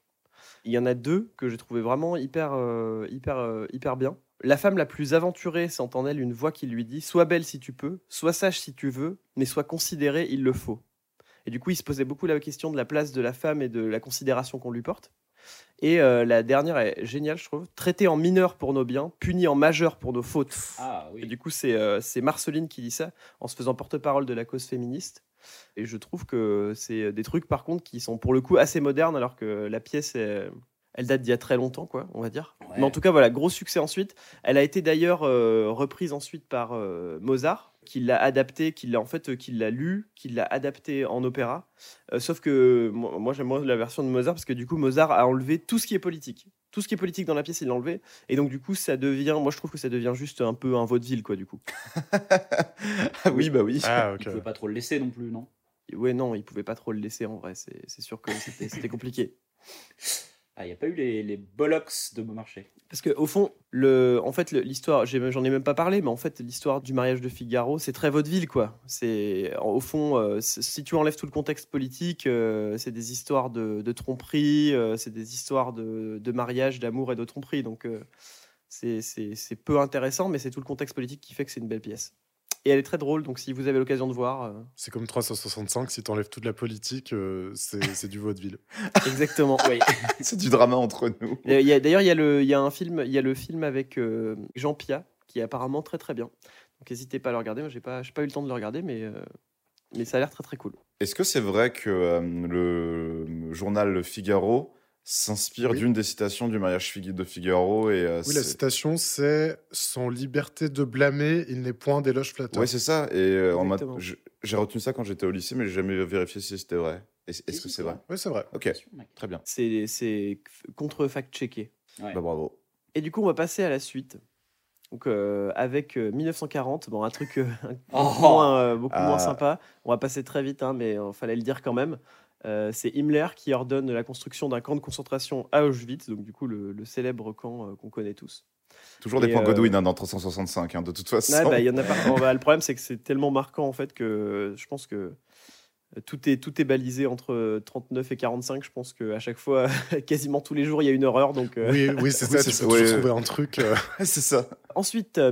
S4: Il y en a deux que j'ai trouvé vraiment hyper euh, hyper euh, hyper bien. La femme la plus aventurée sent en elle une voix qui lui dit sois belle si tu peux, sois sage si tu veux, mais sois considérée, il le faut. Et du coup, il se posait beaucoup la question de la place de la femme et de la considération qu'on lui porte. Et euh, la dernière est géniale, je trouve. Traitée en mineur pour nos biens, punie en majeur pour nos fautes.
S5: Ah
S4: Et
S5: oui.
S4: du coup, c'est euh, c'est Marceline qui dit ça en se faisant porte-parole de la cause féministe. Et je trouve que c'est des trucs, par contre, qui sont pour le coup assez modernes, alors que la pièce, euh, elle date d'il y a très longtemps, quoi, on va dire.
S5: Ouais.
S4: Mais en tout cas, voilà, gros succès ensuite. Elle a été d'ailleurs euh, reprise ensuite par euh, Mozart, qui l'a adaptée, qui l'a en fait, euh, qui l'a lu, qui l'a adaptée en opéra. Euh, sauf que moi, moi, j'aime moins la version de Mozart parce que du coup, Mozart a enlevé tout ce qui est politique. Tout ce qui est politique dans la pièce, il l'a enlevé. Et donc, du coup, ça devient. Moi, je trouve que ça devient juste un peu un vaudeville, quoi, du coup.
S3: Ah oui, bah oui.
S6: Ah
S5: Tu
S6: ok.
S4: euh,
S5: pouvais pas trop le laisser non plus, non
S4: Ouais, non, ils pouvaient pas trop le laisser en vrai. C'est c'est sûr que c'était c'était compliqué.
S5: Ah, il n'y a pas eu les, les bollocks de Beaumarchais.
S4: Parce que au fond, le, en fait, le- l'histoire, j'ai- j'en ai même pas parlé, mais en fait, l'histoire du mariage de Figaro, c'est très vaudeville, quoi. C'est au fond, euh, c- si tu enlèves tout le contexte politique, euh, c'est des histoires de, de tromperie, euh, c'est des histoires de, de mariage, d'amour et de tromperie. Donc, euh, c'est- c'est c'est peu intéressant, mais c'est tout le contexte politique qui fait que c'est une belle pièce. Et elle est très drôle, donc si vous avez l'occasion de voir, euh,
S6: C'est comme 365, si t'enlèves toute la politique, euh, c'est c'est du vaudeville.
S4: exactement.
S5: Oui.
S3: C'est du drama entre nous.
S4: Euh, il y a- D'ailleurs, il y, a le- il y a un film, il y a le film avec euh, Jean Pia qui est apparemment très très bien. Donc n'hésitez pas à le regarder. Moi, j'ai pas, j'ai pas eu le temps de le regarder, mais euh, mais ça a l'air très très cool.
S3: Est-ce que c'est vrai que euh, le journal Le Figaro s'inspire
S6: Oui.
S3: d'une des citations du mariage Fig- de Figaro et euh,
S6: Oui, la
S3: c'est-
S6: citation, c'est Sans liberté de blâmer, il n'est point d'éloge flatteur.
S3: Ouais, c'est ça. Et euh, on m'a-
S4: Exactement.
S3: je- j'ai retenu ça quand j'étais au lycée, mais j'ai jamais vérifié si c'était vrai. Est- Est-ce
S5: Si,
S3: que
S5: si,
S3: c'est
S5: c'est
S3: vrai
S5: vrai.
S6: Ouais, c'est vrai.
S3: Ok,
S5: Bien sûr, mec.
S3: très bien.
S4: C'est c'est contre fact checké.
S5: Ouais.
S3: Bah bravo.
S4: Et du coup, on va passer à la suite. Donc euh, avec euh, 1940, bon un truc euh,
S5: Oh,
S4: moins, euh, beaucoup
S3: Ah.
S4: moins sympa. On va passer très vite, hein, mais il fallait le dire quand même. Euh, c'est Himmler qui ordonne la construction d'un camp de concentration à Auschwitz, donc du coup le, le célèbre camp euh, qu'on connaît tous.
S3: Toujours
S4: Et,
S3: des points
S4: euh,
S3: Godwin hein, dans 365, hein, de toute façon.
S4: Ouais, bah, il y en a pas. bah, le problème, c'est que c'est tellement marquant en fait que euh, je pense que tout est, tout est balisé entre euh, 39 et 45. Je pense qu'à chaque fois, quasiment tous les jours, il y a une horreur. Donc, euh.
S6: Oui, oui c'est
S3: Oui,
S6: ça,
S3: c'est
S6: tu
S3: ça,
S6: peux toujours
S3: ouais.
S6: trouver un truc. euh,
S3: c'est ça.
S4: Ensuite, euh,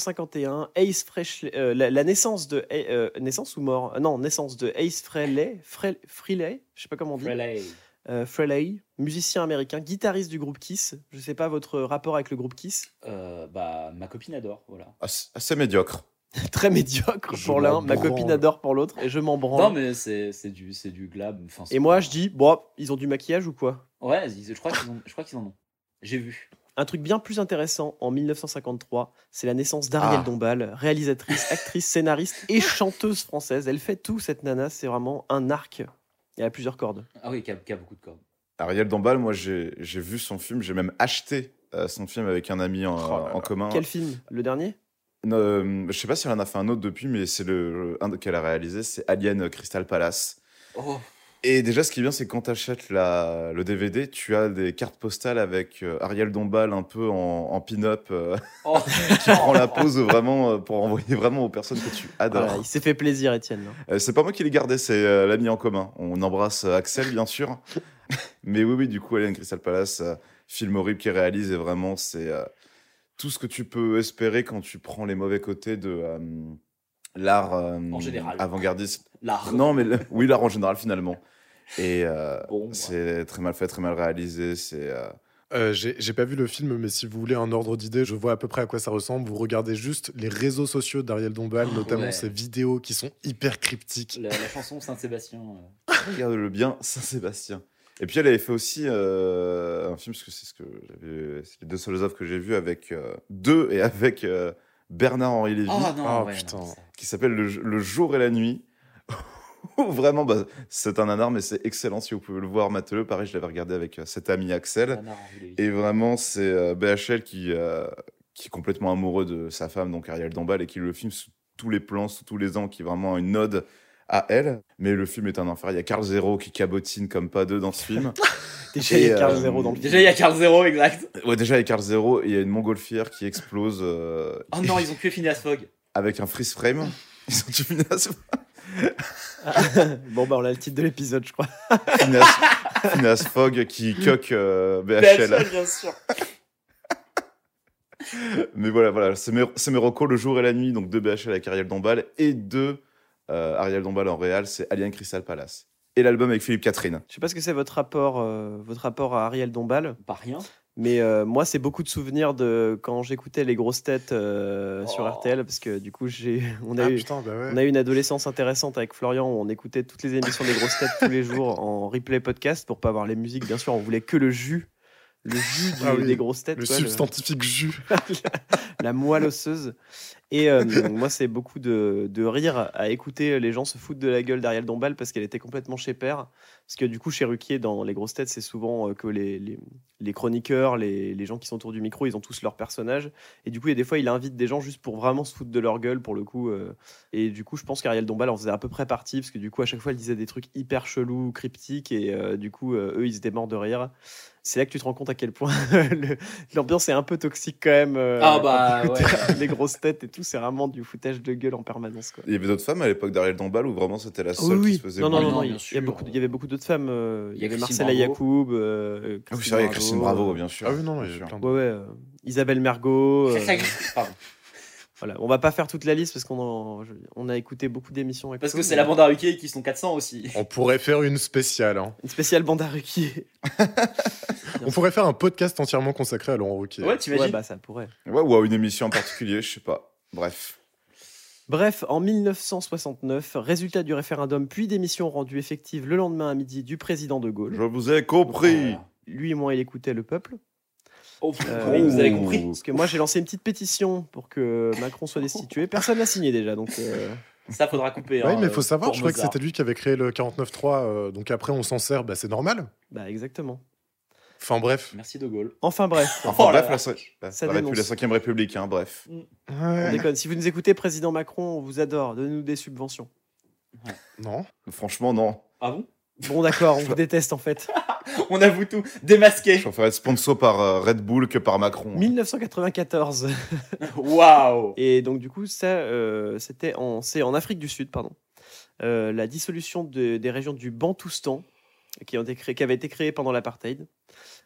S4: 1951, Ace Frehley, euh, la, la naissance de. euh, naissance ou mort Ah Non, naissance de Ace Frehley, Frel- Frehley, je sais pas comment on dit.
S5: Frehley.
S4: Euh, Frehley, musicien américain, guitariste du groupe Kiss. Je sais pas votre rapport avec le groupe Kiss.
S5: Euh, bah, ma copine adore, voilà.
S3: Assez, assez médiocre.
S4: Très médiocre
S6: Je
S4: pour
S6: m'en
S4: l'un, ma copine
S6: branle.
S4: adore pour l'autre, et je m'en branle.
S5: Non, mais c'est c'est du, c'est du glam. enfin, c'est
S4: Et moi,
S5: pas-
S4: je dis, bon, ils ont du maquillage ou quoi
S5: Ouais, ils- je crois qu'ils ont- je crois qu'ils en ont. J'ai vu.
S4: Un truc bien plus intéressant, en 1953, c'est la naissance d'Ariel
S3: Ah.
S4: Dombal, réalisatrice, actrice, scénariste et chanteuse française. Elle fait tout, cette nana, c'est vraiment un arc. Elle a plusieurs cordes.
S5: Ah oui, qui a, qui a beaucoup de cordes.
S3: Ariel Dombal, moi j'ai j'ai vu son film, j'ai même acheté euh, son film avec un ami en,
S6: Oh là
S3: en commun.
S4: Quel film Le dernier
S3: Non, euh, je sais pas si elle en a fait un autre depuis, mais c'est le un qu'elle a réalisé, c'est Alien Crystal Palace.
S5: Oh,
S3: Et déjà, ce qui est bien, c'est que quand tu achètes la, le DVD, tu as des cartes postales avec euh, Ariel Dombal un peu en, en pin-up, euh,
S5: oh.
S3: qui prend la pose vraiment euh, pour envoyer vraiment aux personnes que tu adores.
S4: Voilà, Il s'est fait plaisir, Étienne. là.
S3: Euh, c'est pas moi qui l'ai gardé, c'est euh, l'ami en commun. On embrasse euh, Axel, bien sûr. Mais oui, oui, du coup, Alien Crystal Palace, euh, film horrible qui réalise, et vraiment, c'est euh, tout ce que tu peux espérer quand tu prends les mauvais côtés de euh, l'art euh,
S5: En général.
S3: avant-gardiste.
S5: Là.
S3: Non, mais le- oui, l'art en général, finalement. Et. euh,
S5: Bon,
S3: c'est très mal fait, très mal réalisé. C'est euh,
S6: euh, J'ai j'ai pas vu le film, mais si vous voulez un ordre d'idée, je vois à peu près à quoi ça ressemble. Vous regardez juste les réseaux sociaux d'Ariel Dombal, notamment
S5: ouais.
S6: ses vidéos qui sont hyper cryptiques.
S5: la, la chanson Saint-Sébastien. euh,
S3: regarde le bien Saint-Sébastien. Et puis elle avait fait aussi euh, un film parce que c'est ce que j'avais, c'est les deux seules œuvres que j'ai vues avec euh, deux et avec euh, Bernard-Henri Lévy
S5: Oh non,
S6: Ah,
S5: ouais,
S6: putain.
S5: non, ça-
S3: qui s'appelle le, Le jour et la nuit. Où Vraiment, bah, c'est un anard, mais c'est excellent. Si vous pouvez le voir, matez-le. Pareil, je l'avais regardé avec euh, cet ami Axel.
S5: Bernard Henri Lévy.
S3: Et vraiment, c'est euh, BHL qui, euh, qui est complètement amoureux de sa femme, donc Ariel Dombal, et qui le filme sous tous les plans, sous tous les angles, qui est vraiment une ode à elle. Mais le film est un enfer. Il y a Carl Zero qui cabotine comme pas deux dans ce film.
S4: Déjà, il y a
S3: euh,
S4: Carl Zéro dans le film.
S5: Déjà, il y a Carl Zero, exact.
S3: ouais, déjà, avec Carl Zero, il y a une montgolfière qui explose euh,
S5: Oh non, ils ont tué Phineas Fogg.
S3: avec un freeze frame. Ils ont tué Phineas,
S4: bon, bah, on a le titre de l'épisode, je crois.
S3: Phineas, Phineas Fogg qui coque euh, BHL.
S5: BHL, bien sûr.
S3: Mais voilà, voilà, c'est mes, c'est mes recos, le jour et la nuit, donc deux BHL avec Ariel Dombal et deux euh, Ariel Dombal en réal, c'est Alien Crystal Palace. Et l'album avec Philippe Catherine.
S4: Je sais pas ce que c'est votre rapport, euh, votre rapport à Ariel Dombal,
S5: Pas rien.
S4: mais euh, moi, c'est beaucoup de souvenirs de quand j'écoutais les grosses têtes euh, sur
S5: Oh.
S4: RTL, parce que du coup, j'ai, on a
S6: Ah
S4: eu.
S6: putain, bah ouais.
S4: On a eu une adolescence intéressante avec Florian où on écoutait toutes les émissions des grosses têtes tous les jours en replay podcast pour pas avoir les musiques. Bien sûr, on voulait que le jus, le jus du-
S6: Ah oui,
S4: des grosses têtes,
S6: Le
S4: quoi,
S6: substantifique jus.
S4: la moelle osseuse. Et euh, moi, c'est beaucoup de, de rire à écouter les gens se foutre de la gueule d'Ariel Dombal parce qu'elle était complètement chez père. Parce que du coup, chez Ruquier, dans Les Grosses Têtes, c'est souvent euh, que les, les, les chroniqueurs, les, les gens qui sont autour du micro, ils ont tous leurs personnages. Et du coup, il y a des fois, il invite des gens juste pour vraiment se foutre de leur gueule, pour le coup. euh. Et du coup, je pense qu'Ariel Dombal en faisait à peu près partie parce que du coup, à chaque fois, elle disait des trucs hyper chelous, cryptiques. Et euh, du coup, euh, eux, ils étaient morts de rire. C'est là que tu te rends compte à quel point le- l'ambiance est un peu toxique quand même. euh,
S5: Ah bah,
S4: quand t'écoutes
S5: ouais.
S4: les grosses têtes et tout, c'est vraiment du foutage de gueule en permanence. Quoi.
S3: Il y avait d'autres femmes à l'époque d'Ariel Dombal où vraiment c'était la seule qui se faisait
S4: Non, non,
S5: Oui,
S4: non,
S5: non,
S4: non, il
S5: bien
S4: y, a
S5: sûr.
S4: beaucoup de- il y avait beaucoup d'autres femmes. euh, Il y,
S5: Il y a
S4: avait
S5: Christine
S4: Marcella
S5: Bravo.
S4: Yacoub. euh,
S3: Ah oui, c'est vrai, il y a Christine Bravo, bien sûr.
S6: Ah oui, non, non, il y
S3: Bien
S6: a plein
S3: sûr.
S6: de-
S4: Ouais, ouais. euh, Isabelle Mergot. euh,
S5: Pardon.
S4: voilà. On va pas faire toute la liste parce qu'on en- je- on a écouté beaucoup d'émissions. et
S5: Parce
S4: tout,
S5: que c'est
S4: mais-
S5: la bande à Ruquier qui sont 400 aussi.
S6: On pourrait faire une spéciale. hein.
S4: Une spéciale bande à Ruquier.
S6: On pourrait faire un podcast entièrement consacré à Laurent Ruquier.
S5: Ouais,
S4: Ouais,
S5: t'imagines
S4: bah ça pourrait.
S3: Ouais, ou à une émission en particulier, je sais pas. Bref.
S4: Bref, en 1969, résultat du référendum puis d'émissions rendues effectives le lendemain à midi du président de Gaulle.
S3: Je vous ai compris.
S5: Voilà.
S4: Lui et moi, il écoutait le peuple.
S5: Oh, vous
S4: Euh,
S5: vous avez compris.
S4: Parce que moi, j'ai lancé une petite pétition pour que Macron soit destitué. Personne n'a signé déjà, donc euh,
S5: Ça faudra couper.
S6: Ouais,
S5: hein,
S6: mais faut
S5: euh,
S6: savoir,
S5: pour
S6: je crois que
S5: Mozart.
S6: c'était lui qui avait créé le 49.3, euh, donc après on s'en sert, bah, c'est normal.
S4: bah exactement.
S6: Enfin bref.
S5: Merci De Gaulle.
S4: Enfin bref,
S3: Enfin,
S5: Oh là
S3: bref,
S5: là.
S3: la, cin- la-
S4: Ça
S3: la
S4: dénonce.
S3: République- la cinquième République, hein, bref.
S4: on
S6: Ouais.
S4: déconne. Si vous nous écoutez, président Macron, on vous adore. Donnez-nous des subventions.
S6: Non.
S3: Franchement, non.
S5: Ah bon
S4: Bon, d'accord, on vous déteste en fait.
S5: On avoue tout. Démasqué.
S3: Je préfère être sponsor par euh, Red Bull que par Macron. hein.
S4: 1994.
S5: Waouh.
S4: Et donc du coup, ça, euh, c'était en, c'est en Afrique du Sud, pardon. Euh, la dissolution de- des régions du Bantoustan, qui, ont été créées- qui avaient été créées pendant l'apartheid.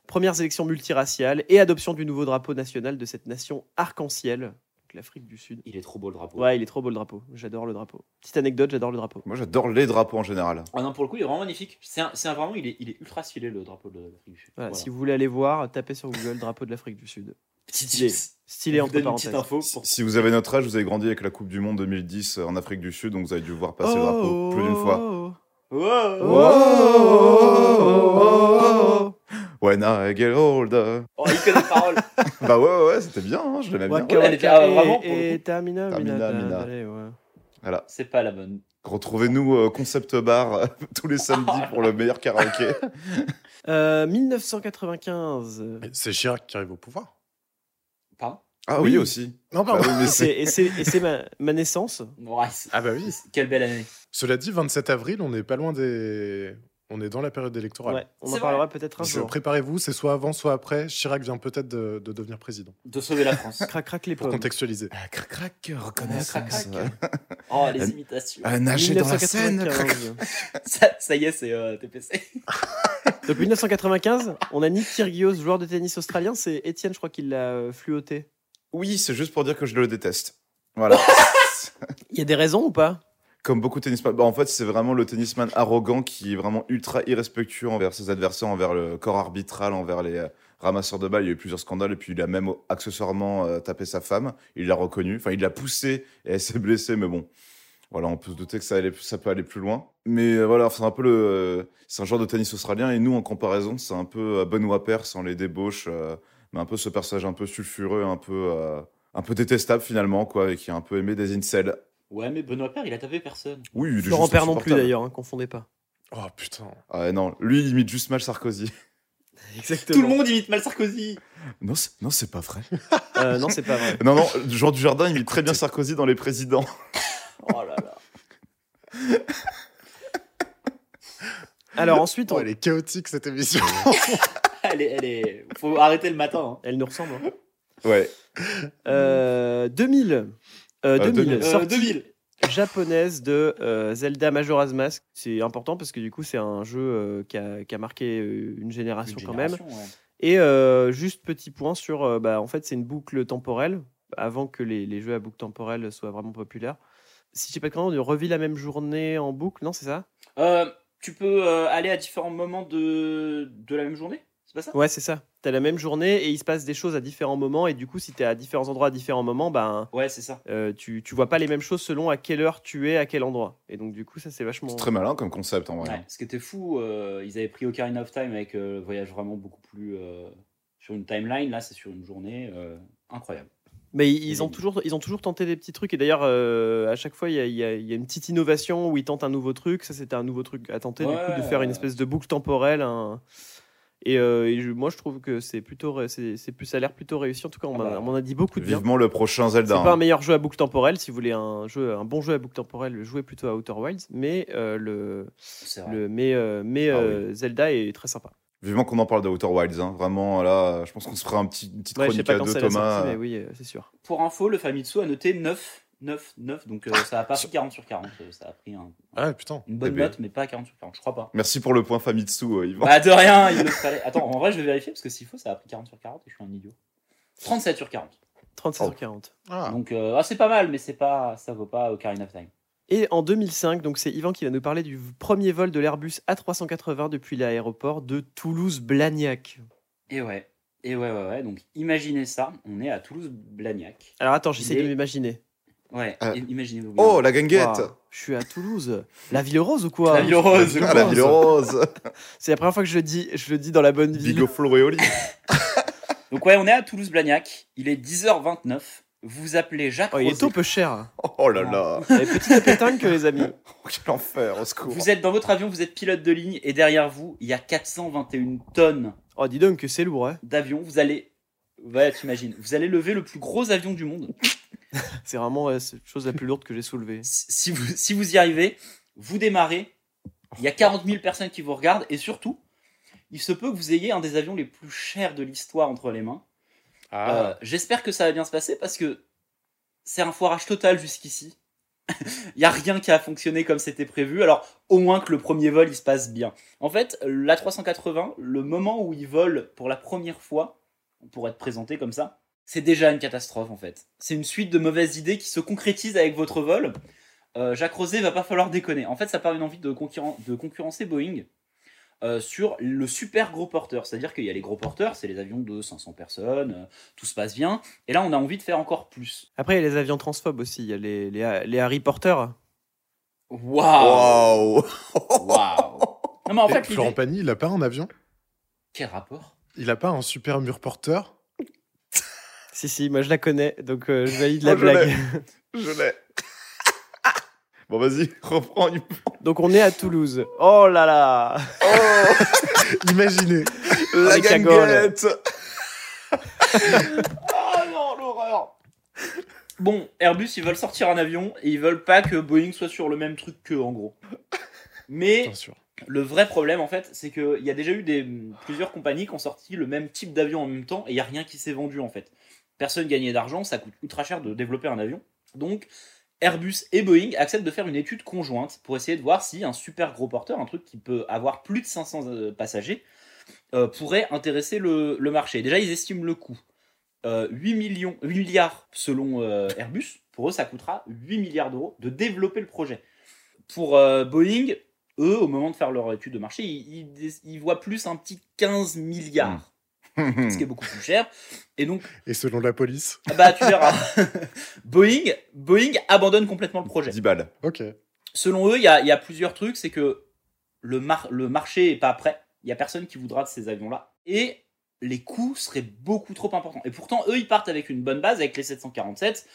S4: Premières élections multiraciales et adoption du nouveau drapeau national de cette nation arc-en-ciel, donc l'Afrique du Sud.
S5: Il est trop beau le drapeau.
S4: Ouais, il est trop beau le drapeau. J'adore le drapeau. Petite anecdote, j'adore le drapeau.
S3: Moi, j'adore les drapeaux en général.
S5: Ah non, pour le coup, il est vraiment magnifique. C'est un, c'est un- vraiment, il est, il est ultra stylé le drapeau de l'Afrique du Sud.
S4: Voilà,
S5: Voilà.
S4: Si vous voulez aller voir, tapez sur Google drapeau de l'Afrique du Sud.
S5: Petit
S4: Stylé.
S5: tips.
S4: Stylé
S5: Je vous
S4: entre
S5: donne une petite
S4: parenthèses.
S5: info.
S3: Si-
S5: pour-
S3: Si vous avez notre âge, vous avez grandi avec la Coupe du Monde 2010 euh, en Afrique du Sud, donc vous avez dû voir passer le drapeau plus d'une fois.
S5: Wow.
S4: Oh, oh, oh,
S3: When I get older.
S5: Oh, il connaît les paroles.
S3: bah ouais, ouais, ouais, c'était bien, hein, je l'aimais bien.
S4: Waka
S5: Ouais, elle était-
S4: Waka
S5: ah,
S4: E et-
S5: vraiment, pour le
S4: et
S5: coup.
S4: Tamina,
S3: Tamina,
S4: Mina,
S3: Mina.
S4: allez, ouais.
S3: Voilà.
S5: C'est pas la bonne.
S3: Retrouvez-nous euh, Concept Bar euh, tous les samedis pour le meilleur karaoké.
S4: Euh, 1995.
S6: Mais C'est Chirac qui arrive au pouvoir.
S5: Pardon
S3: Ah oui,
S4: Oui.
S3: aussi.
S6: Non,
S3: Bah
S6: pardon.
S3: oui, mais
S4: Et c'est- et c'est et c'est ma, ma naissance.
S5: Ouais, c'est-
S6: Ah bah oui.
S5: Quelle belle année.
S6: Cela dit, 27 avril, on n'est pas loin des. On est dans la période électorale.
S4: Ouais, on en
S5: C'est
S4: parlera peut-être un
S6: Je-
S4: jour.
S6: Préparez-vous, c'est soit avant, soit après. Chirac vient peut-être de, de devenir président.
S5: De sauver la France.
S4: Crac crac les
S6: Pour
S4: pommes.
S6: contextualiser.
S3: Ah, Crac, crac,
S5: Ah, crac,
S3: reconnaissance.
S5: crac. Oh, les
S3: Un-
S5: imitations.
S3: Ah, nager dans la Seine. crac.
S4: 1995.
S5: Ça, ça y est, c'est euh, TPC.
S4: Donc 1995, on a Nick Kyrgios, joueur de tennis australien. C'est Étienne, je crois, qui l'a euh, fluoté.
S3: Oui, c'est juste pour dire que je le déteste. Voilà.
S4: Il y a des raisons ou pas
S3: Comme beaucoup de tennisman. Bah, en fait, c'est vraiment le tennisman arrogant qui est vraiment ultra irrespectueux envers ses adversaires, envers le corps arbitral, envers les euh, ramasseurs de balles. Il y a eu plusieurs scandales et puis il a même euh, accessoirement euh, tapé sa femme. Il l'a reconnue. Enfin, il l'a poussée et elle s'est blessée, mais bon. Voilà, on peut se douter que ça, allait- ça peut aller plus loin. Mais euh, voilà, c'est un peu le. euh, c'est un genre de tennis australien et nous, en comparaison, c'est un peu euh, Benoît Paire sans les débauches, euh, mais un peu ce personnage un peu sulfureux, un peu. euh, un peu détestable finalement, quoi, et qui est un peu aimé des incels.
S5: Ouais, mais Benoît Père, il a tapé personne.
S3: Oui, il est
S4: Laurent
S3: juste
S4: Père non plus
S3: insupportable.
S4: d'ailleurs, hein, confondez pas.
S6: Oh putain.
S3: Ah non, lui il imite juste mal Sarkozy.
S4: Exactement.
S5: Tout le monde imite mal Sarkozy.
S3: Non, c'est, non, c'est pas vrai.
S4: Euh, non, c'est pas vrai.
S3: Non, non, Jean Dujardin imite très bien Sarkozy dans Les Présidents.
S5: Oh là là.
S4: Alors ensuite, on-
S6: Oh, elle est chaotique cette émission.
S5: Elle est, elle est... Faut arrêter le matin. hein.
S4: elle nous ressemble. hein.
S3: Ouais.
S4: Euh, 2000. Euh, 2000.
S3: 2000.
S5: Euh,
S4: sortie
S5: 2000.
S4: japonaise de euh, Zelda Majora's Mask. C'est important parce que du coup, c'est un jeu euh, qui, a, qui a marqué euh, une génération
S5: Une
S4: quand même.
S5: génération, ouais.
S4: Et euh, juste petit point sur, euh, bah, en fait, c'est une boucle temporelle avant que les, les jeux à boucle temporelle soient vraiment populaires. Si je dis pas de conneries, on revit la même journée en boucle, non, c'est ça
S5: Euh, tu peux euh, aller à différents moments de, de la même journée C'est pas ça
S4: Ouais, c'est ça. T'as la même journée et il se passe des choses à différents moments. Et du coup, si t'es à différents endroits à différents moments, ben,
S5: Ouais, c'est ça.
S4: euh, tu, tu vois pas les mêmes choses selon à quelle heure tu es, à quel endroit. Et donc, du coup, ça, c'est vachement.
S3: C'est très malin comme concept en vrai.
S5: Ouais, ce qui était fou, euh, ils avaient pris Ocarina of Time avec euh, le voyage vraiment beaucoup plus euh, sur une timeline. Là, c'est sur une journée euh, incroyable.
S4: Mais ils ils ont toujours, ils ont toujours tenté des petits trucs. Et d'ailleurs, euh, à chaque fois, il y, a- il y a- il y a une petite innovation où ils tentent un nouveau truc. Ça, c'était un nouveau truc à tenter, du coup, de
S5: Ouais.
S4: faire une espèce de boucle temporelle. un- Et, euh, et je- moi, je trouve que c'est plutôt, ré- c'est, c'est plus, ça a l'air plutôt réussi. En tout cas, on
S5: Ah
S4: m'a-
S5: bah.
S4: on m'en a dit beaucoup de bien.
S3: Vivement le prochain Zelda.
S4: C'est pas un
S3: hein.
S4: meilleur jeu à boucle temporelle. Si vous voulez un, jeu, un bon jeu à boucle temporelle, jouez plutôt à Outer Wilds. Mais, euh, le,
S5: C'est vrai.
S4: le, mais, euh, mais
S3: Ah
S4: euh, Zelda est très sympa.
S3: Vivement qu'on en parle de Outer Wilds. hein. Vraiment, là, je pense qu'on se fera un petit, une petite
S4: Ouais, je sais
S3: chronique
S4: pas
S3: à
S4: quand
S3: deux,
S4: c'est la sortie,
S3: Thomas.
S4: mais oui, euh, c'est sûr.
S5: Pour info, le Famitsu a noté 9. 9, 9, donc euh, ça a pas pris 40 sur 40. euh, Ça a pris un-
S6: Ah, putain.
S5: une bonne
S3: Eh ben.
S5: note, mais pas 40 sur 40, je crois pas.
S3: Merci pour le point Famitsu, euh, Yvan.
S5: Bah de rien, il le fallait. Attends, en vrai, je vais vérifier parce que s'il faut, ça a pris 40 sur 40 et je suis un idiot. 37 sur 40.
S4: 36
S3: Oh.
S4: sur 40.
S6: Ah.
S5: Donc euh, ah, c'est pas mal, mais c'est pas, ça vaut pas Ocarina of Time.
S4: Et en 2005, donc c'est Yvan qui va nous parler du premier vol de l'Airbus A380 depuis l'aéroport de Toulouse-Blagnac.
S5: Et ouais, et ouais, ouais, ouais. Donc imaginez ça, on est à Toulouse-Blagnac.
S4: Alors attends, j'essaie
S5: Il
S4: de
S5: est-
S4: m'imaginer.
S5: Ouais,
S3: Ah.
S4: Euh.
S5: et- imaginez-vous. bien.
S3: Oh, la ganguette
S4: Bah, Waouh, Oh, Je suis à Toulouse. La Ville Rose ou quoi
S5: La Ville Rose,
S3: Ah, la ville rose
S4: C'est la première fois que je le dis, je le dis dans la bonne ville.
S3: Bigo Floreoli
S5: Donc ouais, on est à Toulouse-Blagnac. Il est 10h29. Vous appelez Jacques
S4: Oh, il est
S5: Rosé.
S4: un peu cher.
S3: Oh là là
S4: Elle est petite pétanque, les amis.
S3: Oh, Quel enfer, au secours
S5: Vous êtes dans votre avion, vous êtes pilote de ligne et derrière vous, il y a 421 tonnes
S4: Oh, dis donc que c'est lourd. hein.
S5: d'avions. Vous allez, ouais, t'imagines, vous allez lever le plus gros avion du monde.
S4: C'est vraiment euh, cette chose la plus lourde que j'ai soulevée.
S5: Si si vous, si vous y arrivez, vous démarrez. Il y a 40 000 personnes qui vous regardent et surtout, il se peut que vous ayez un des avions les plus chers de l'histoire entre les mains.
S6: Ah.
S5: Euh, J'espère que ça va bien se passer parce que c'est un foirage total jusqu'ici. Il n'y a rien qui a fonctionné comme c'était prévu. Alors, au moins que le premier vol, il se passe bien. En fait, l'A380, le moment où il vole pour la première fois, pour être présenté comme ça, c'est déjà une catastrophe en fait. C'est une suite de mauvaises idées qui se concrétisent avec votre vol. Euh, Jacques Rosé va pas falloir déconner. En fait, ça part une envie de, concurren- de concurrencer Boeing euh, sur le super gros porteur. C'est-à-dire qu'il y a les gros porteurs, c'est les avions de 500 personnes, euh, tout se passe bien. Et là, on a envie de faire encore plus.
S4: Après, il y a les avions transphobes aussi. Il y a les, les, les Harry Potter.
S5: Waouh
S3: Waouh
S5: Waouh Non, mais en
S6: Mais
S5: fait,
S6: Florent
S5: l'idée...
S6: Pagny, il a pas un avion
S5: Quel rapport
S6: Il a pas un super mur porteur
S4: Si, si, moi je la connais, donc euh, je valide
S3: Moi,
S4: la
S3: je l'ai.
S4: blague.
S3: Je l'ai Bon, vas-y, reprends. Yvan.
S4: Donc on est à Toulouse. Oh là là
S3: Oh
S6: Imaginez.
S3: La
S4: les cagoles.
S3: ganguette
S5: Ah non, l'horreur Bon, Airbus, ils veulent sortir un avion et ils veulent pas que Boeing soit sur le même truc qu'eux, en gros. Mais
S6: Bien sûr.
S5: le vrai problème, en fait, c'est qu'il y a déjà eu des, plusieurs compagnies qui ont sorti le même type d'avion en même temps et il n'y a rien qui s'est vendu, en fait. Personne gagnait d'argent, ça coûte ultra cher de développer un avion. Donc, Airbus et Boeing acceptent de faire une étude conjointe pour essayer de voir si un super gros porteur, un truc qui peut avoir plus de 500 euh, passagers, euh, pourrait intéresser le, le marché. Déjà, ils estiment le coût. Euh, 8, millions, 8 milliards selon euh, Airbus, pour eux, ça coûtera 8 milliards d'euros de développer le projet. Pour euh, Boeing, eux, au moment de faire leur étude de marché, ils, ils- ils voient plus un petit 15 milliards,
S3: Mmh.
S5: ce qui est beaucoup plus cher. Et donc,
S6: Et selon la police.
S5: ah bah, tu verras, Boeing, Boeing abandonne complètement le projet
S3: 10 balles.
S6: Ok.
S5: selon eux, il y a, il y a plusieurs trucs. C'est que le, mar- le marché est pas prêt. Il y a personne qui voudra de ces avions-là. Et les coûts seraient beaucoup trop importants. Et pourtant, eux, ils partent avec une bonne base, avec les 747.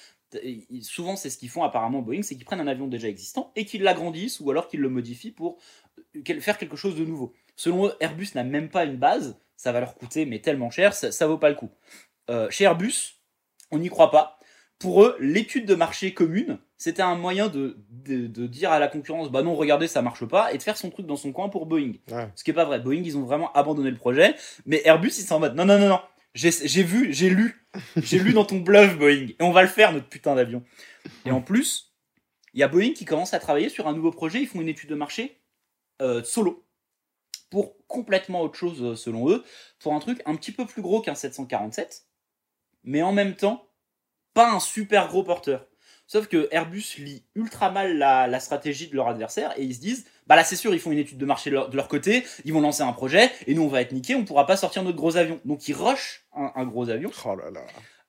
S5: Et ils- Souvent, c'est ce qu'ils font apparemment Boeing, c'est qu'ils prennent un avion déjà existant et qu'ils l'agrandissent ou alors qu'ils le modifient pour euh, quel- faire quelque chose de nouveau. Selon eux, Airbus n'a même pas une base. Ça va leur coûter mais tellement cher, ça, ça vaut pas le coup. Euh, chez Airbus, on n'y croit pas pour eux, l'étude de marché commune, c'était un moyen de, de, de dire à la concurrence, bah non, regardez, ça marche pas, et de faire son truc dans son coin pour Boeing.
S6: Ouais.
S5: Ce qui est pas vrai. Boeing, ils ont vraiment abandonné le projet, mais Airbus, ils sont en mode, non, non, non, non, j'ai j'ai vu, j'ai lu, j'ai lu dans ton bluff, Boeing, et on va le faire, notre putain d'avion. Et en plus, il y a Boeing qui commence à travailler sur un nouveau projet, ils font une étude de marché euh, solo, pour complètement autre chose, euh, selon eux, pour un truc un petit peu plus gros qu'un 747, mais en même temps, pas un super gros porteur. Sauf que Airbus lit ultra mal la, la stratégie de leur adversaire et ils se disent bah là c'est sûr ils font une étude de marché de leur, de leur côté, ils vont lancer un projet et nous on va être niqués, on pourra pas sortir notre gros avion. Donc ils rushent un, un gros avion
S6: Oh là là.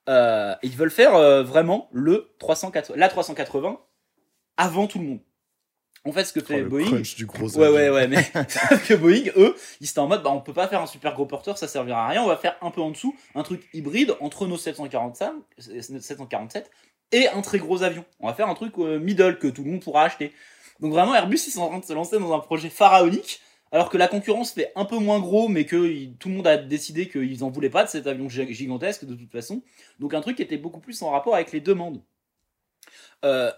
S5: euh, et ils veulles faire euh, vraiment le 380, la 380 avant tout le monde. En fait, ce que
S6: Oh,
S5: fait
S6: le
S5: Boeing,
S6: crunch du gros
S5: Ouais,
S6: avion.
S5: ouais, ouais, mais sauf que Boeing, eux, ils étaient en mode, bah, on peut pas faire un super gros porteur, ça servira à rien, on va faire un peu en dessous, un truc hybride entre nos 745, 747 et un très gros avion. On va faire un truc euh, middle que tout le monde pourra acheter. Donc vraiment, Airbus, ils sont en train de se lancer dans un projet pharaonique, alors que la concurrence fait un peu moins gros, mais que il- tout le monde a décidé qu'ils en voulaient pas de cet avion gi- gigantesque de toute façon. Donc un truc qui était beaucoup plus en rapport avec les demandes. Euh,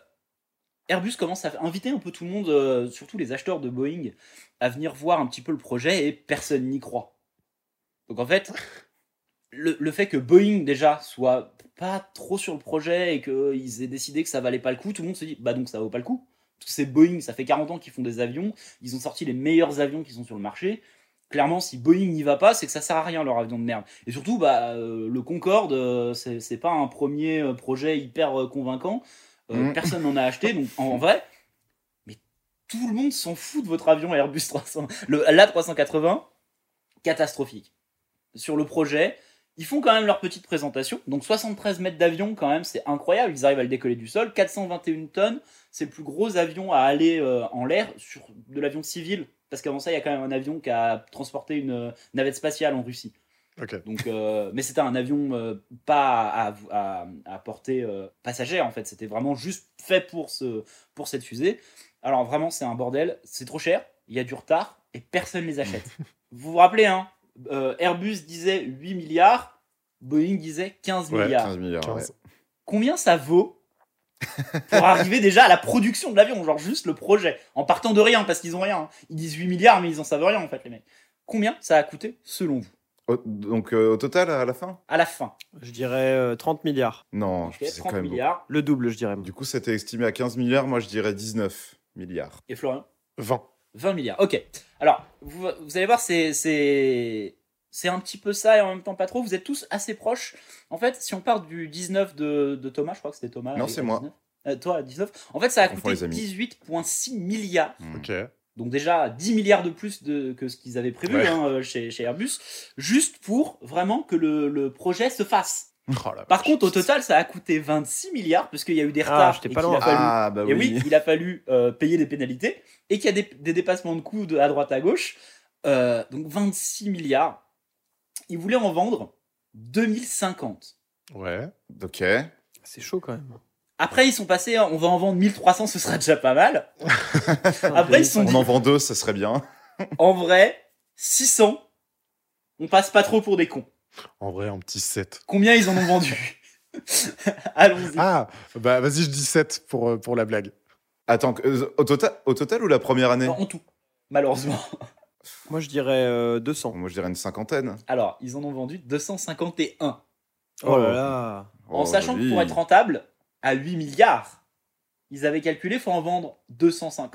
S5: Airbus commence à inviter un peu tout le monde, euh, surtout les acheteurs de Boeing, à venir voir un petit peu le projet et personne n'y croit. Donc en fait, le, le fait que Boeing déjà soit pas trop sur le projet et qu'ils aient décidé que ça valait pas le coup, tout le monde se dit bah donc ça vaut pas le coup. Parce que c'est Boeing, ça fait 40 ans qu'ils font des avions, ils ont sorti les meilleurs avions qui sont sur le marché. Clairement, si Boeing n'y va pas, c'est que ça sert à rien leur avion de merde. Et surtout, bah, euh, le Concorde, euh, c'est c'est pas un premier euh, projet hyper euh, convaincant. Euh,
S3: Mm.
S5: Personne n'en a acheté, donc en vrai, tout le monde s'en fout de votre avion Airbus 300, le l'A380, catastrophique. Sur le projet, ils font quand même leur petite présentation. Donc 73 mètres d'avion, quand même, c'est incroyable. Ils arrivent à le décoller du sol. 421 tonnes, c'est le plus gros avion à aller euh, en l'air sur de l'avion civil. Parce qu'avant ça, il y a quand même un avion qui a transporté une euh, navette spatiale en Russie.
S6: Ok.
S5: Donc, euh, mais c'était un avion euh, pas à, à, à portée euh, passagère en fait. C'était vraiment juste fait pour ce pour cette fusée. Alors vraiment, c'est un bordel. C'est trop cher. Il y a du retard et personne les achète. vous vous rappelez hein euh, Airbus disait 8 milliards, Boeing disait 15
S6: Ouais,
S5: milliards
S3: 15 milliards. ouais.
S6: 15.
S5: combien ça vaut pour arriver déjà à la production de l'avion, genre juste le projet, en partant de rien, parce qu'ils ont rien. hein. Ils disent 8 milliards, mais ils en savent rien en fait, les mecs. Combien ça a coûté selon vous
S3: Au- donc euh, au total à la fin
S5: à la fin
S4: Je dirais euh, 30 milliards.
S3: Non,
S5: Ok,
S3: je- c'est
S5: 30
S3: quand même beaucoup.
S5: milliards.
S4: Le double, je dirais. moi.
S3: Du coup, c'était estimé à 15 milliards, moi je dirais 19 milliards.
S5: Et Florian
S6: 20.
S5: 20 milliards. Ok. Alors, vous, vous allez voir, c'est, c'est, c'est un petit peu ça et en même temps pas trop. Vous êtes tous assez proches. En fait, si on part du 19 de, de Thomas, je crois que c'était Thomas.
S3: Non,
S5: et-
S3: c'est
S5: à
S3: moi.
S5: 19. Euh, toi, à 19. En fait, ça a
S3: On prend
S5: coûté
S3: les amis.
S5: 18,6 milliards.
S3: Hmm.
S6: Ok.
S5: Donc déjà 10 milliards de plus de, que ce qu'ils avaient prévu
S6: Ouais.
S5: hein, euh, chez, chez Airbus, juste pour vraiment que le, le projet se fasse.
S6: Oh la
S5: Par
S6: vache.
S5: contre, au total, ça a coûté 26 milliards, parce qu'il y a eu des
S4: Ah,
S5: retards
S4: j'étais
S5: et
S4: pas
S5: qu'il
S4: loin.
S5: a fallu,
S3: Ah bah
S5: et Eh oui, il a fallu euh, payer des pénalités, et qu'il y a des, des dépassements de coûts de, à droite à gauche. Euh, donc 26 milliards. Ils voulaient en vendre 2050.
S6: Ouais.
S3: Ok.
S4: C'est chaud quand même.
S5: Après, ils sont passés, hein, on va en vendre 1300, ce sera déjà pas mal. Après, ils se sont
S3: On en vend deux, ça serait bien.
S5: En vrai, 600, on passe pas trop pour des cons.
S6: En vrai, un petit 7.
S5: Combien ils en ont vendu Allons-y.
S6: Ah, bah vas-y, je dis 7 pour, euh, pour la blague.
S3: Attends, euh, au total, au total ou la première année
S5: Non, en tout, malheureusement.
S4: Moi, je dirais euh, 200.
S3: Moi je dirais une cinquantaine.
S5: Alors, ils en ont vendu 251.
S4: Oh là là.
S5: en
S3: Oh,
S5: sachant que
S3: joli.
S5: pour être rentable, à 8 milliards, ils avaient calculé, faut en vendre 250.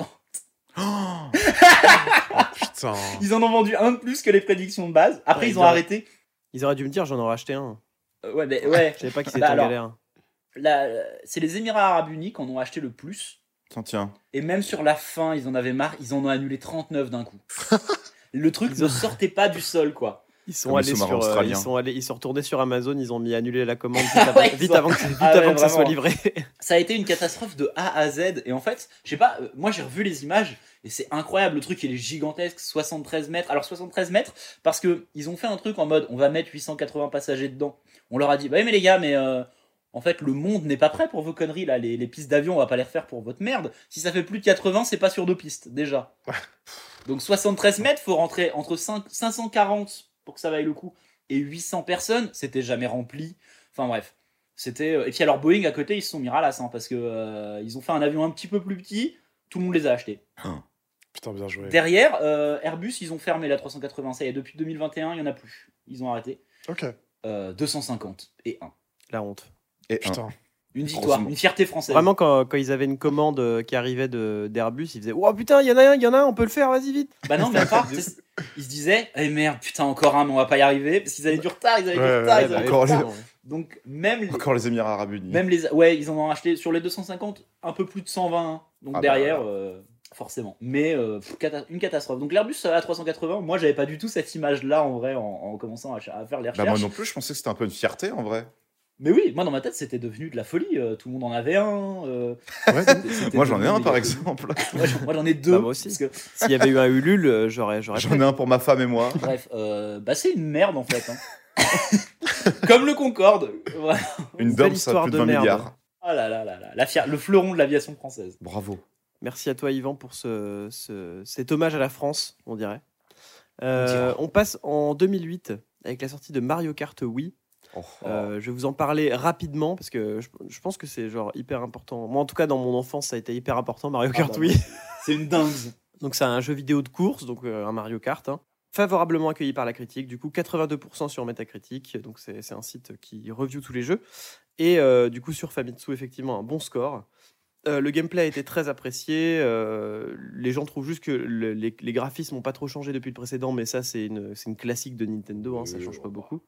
S6: Putain.
S5: Ils en ont vendu un de plus que les prédictions de base. Après,
S4: Ouais,
S5: ils
S4: ils
S5: ont
S4: auraient-
S5: arrêté.
S4: Ils auraient dû me dire, j'en aurais acheté un.
S5: Euh, ouais, mais ouais.
S4: Je savais pas qu'ils étaient
S5: Bah
S4: en
S5: alors.
S4: galère.
S5: La- C'est les Émirats Arabes Unis qui en ont acheté le plus.
S3: Tiens, tiens.
S5: Et même sur la fin, ils en avaient marre, ils en ont annulé 39 d'un coup. Le truc
S4: Ils
S5: ne
S4: ont-
S5: sortait pas du sol, quoi.
S4: Ils sont,
S3: Comme les
S4: allés sur,
S3: sous-marins
S4: euh,
S3: australiens.
S4: ils, sont allés, ils sont retournés sur Amazon, ils ont mis annuler la commande vite
S5: Ah
S4: avant,
S5: ouais, ils
S4: vite
S5: ont-
S4: avant que, vite
S5: Ah ouais,
S4: avant que ça soit
S5: vraiment.
S4: livré.
S5: Ça a été une catastrophe de A à Z. Et en fait, je sais pas, euh, moi j'ai revu les images et c'est incroyable. Le truc, il est gigantesque, 73 mètres. Alors 73 mètres, parce que ils ont fait un truc en mode on va mettre 880 passagers dedans. On leur a dit, bah oui, mais les gars, mais euh, en fait, le monde n'est pas prêt pour vos conneries là. Les, les pistes d'avion, on va pas les refaire pour votre merde. Si ça fait plus de 80, c'est pas sur deux pistes déjà. Donc 73 mètres, faut rentrer entre 5 540 pour que ça vaille le coup et 800 personnes. C'était jamais rempli. Enfin bref, c'était. euh, Et puis alors Boeing à côté, ils se sont mis ralas hein, parce que euh, ils ont fait un avion un petit peu plus petit. Tout le monde les a achetés.
S6: Putain, bien joué.
S5: Derrière, euh, Airbus, ils ont fermé la 380. Ça y est, depuis 2021, il y en a plus. Ils ont arrêté.
S6: Ok.
S3: Ah.
S5: Euh, 250 et 1.
S4: La honte.
S3: Et un.
S6: Putain.
S5: Une victoire,
S3: Grosso-
S5: une fierté française.
S4: Vraiment, quand, quand ils avaient une commande euh, qui arrivait de- d'Airbus, ils faisaient Oh putain, il y en a un, il y en a un, on peut le faire, vas-y vite.
S5: Bah non, mais à part, tu sais, ils se disaient, eh merde, putain, encore un, mais on va pas y arriver. Parce qu'ils avaient du retard, ils avaient du
S6: Ouais,
S5: retard.
S6: ouais,
S4: bah
S5: Ah, ils avaient du
S3: encore
S5: retard.
S3: les-
S5: Donc, même les,
S3: Encore les Émirats Arabes Unis.
S5: même les. Ouais, ils en ont acheté sur les 250, un peu plus de 120. hein. Donc,
S3: Ah bah.
S5: derrière, euh, forcément. Mais euh, pff, cata- une catastrophe. Donc, l'Airbus A380, moi, j'avais pas du tout cette image-là en vrai en, en commençant à, ch- à faire les
S3: Bah moi
S5: recherches.
S3: non plus, je pensais que c'était un peu une fierté en vrai.
S5: Mais oui, moi dans ma tête c'était devenu de la folie. euh, tout le monde en avait un. euh,
S6: Ouais, de ouf.
S5: c'était
S3: Moi, j'en ai
S5: devenu
S3: un, par
S5: méga-
S3: exemple.
S5: Moi, j'en- moi, j'en ai deux.
S4: Bah, moi aussi.
S5: parce que-
S4: S'il y avait eu un Ulule, euh, j'aurais. j'aurais
S3: J'en ai un pour ma femme et moi.
S5: bref, euh, bah c'est une merde en fait. hein. Comme le Concorde. Voilà.
S3: Une
S4: Belle
S3: dame, ça a
S4: histoire
S3: plus de
S4: de
S3: 20
S4: merde.
S3: milliards.
S5: Ah là là là là, la fière- le fleuron de l'aviation française.
S3: Bravo.
S4: Merci à toi, Yvan, pour ce, ce- cet hommage à la France, on dirait. Euh, on passe en 2008 avec la sortie de Mario Kart Wii.
S3: Oh.
S4: Euh, je vais vous en parler rapidement parce que je, je pense que c'est genre hyper important. Moi, en tout cas, dans mon enfance, ça a été hyper important Mario Kart
S5: bah,
S4: Wii.
S5: C'est une dingue.
S4: Donc c'est un jeu vidéo de course, donc euh, un Mario Kart. hein. Favorablement accueilli par la critique, du coup 82% sur Metacritic, donc c'est c'est un site qui review tous les jeux. Et euh, du coup sur Famitsu, effectivement, un bon score. Euh, le gameplay a été très apprécié. euh, les gens trouvent juste que le- les, les graphismes n'ont pas trop changé depuis le précédent, mais ça c'est une, c'est une classique de Nintendo, hein, ça
S3: Oui,
S4: change pas
S3: bah.
S4: beaucoup.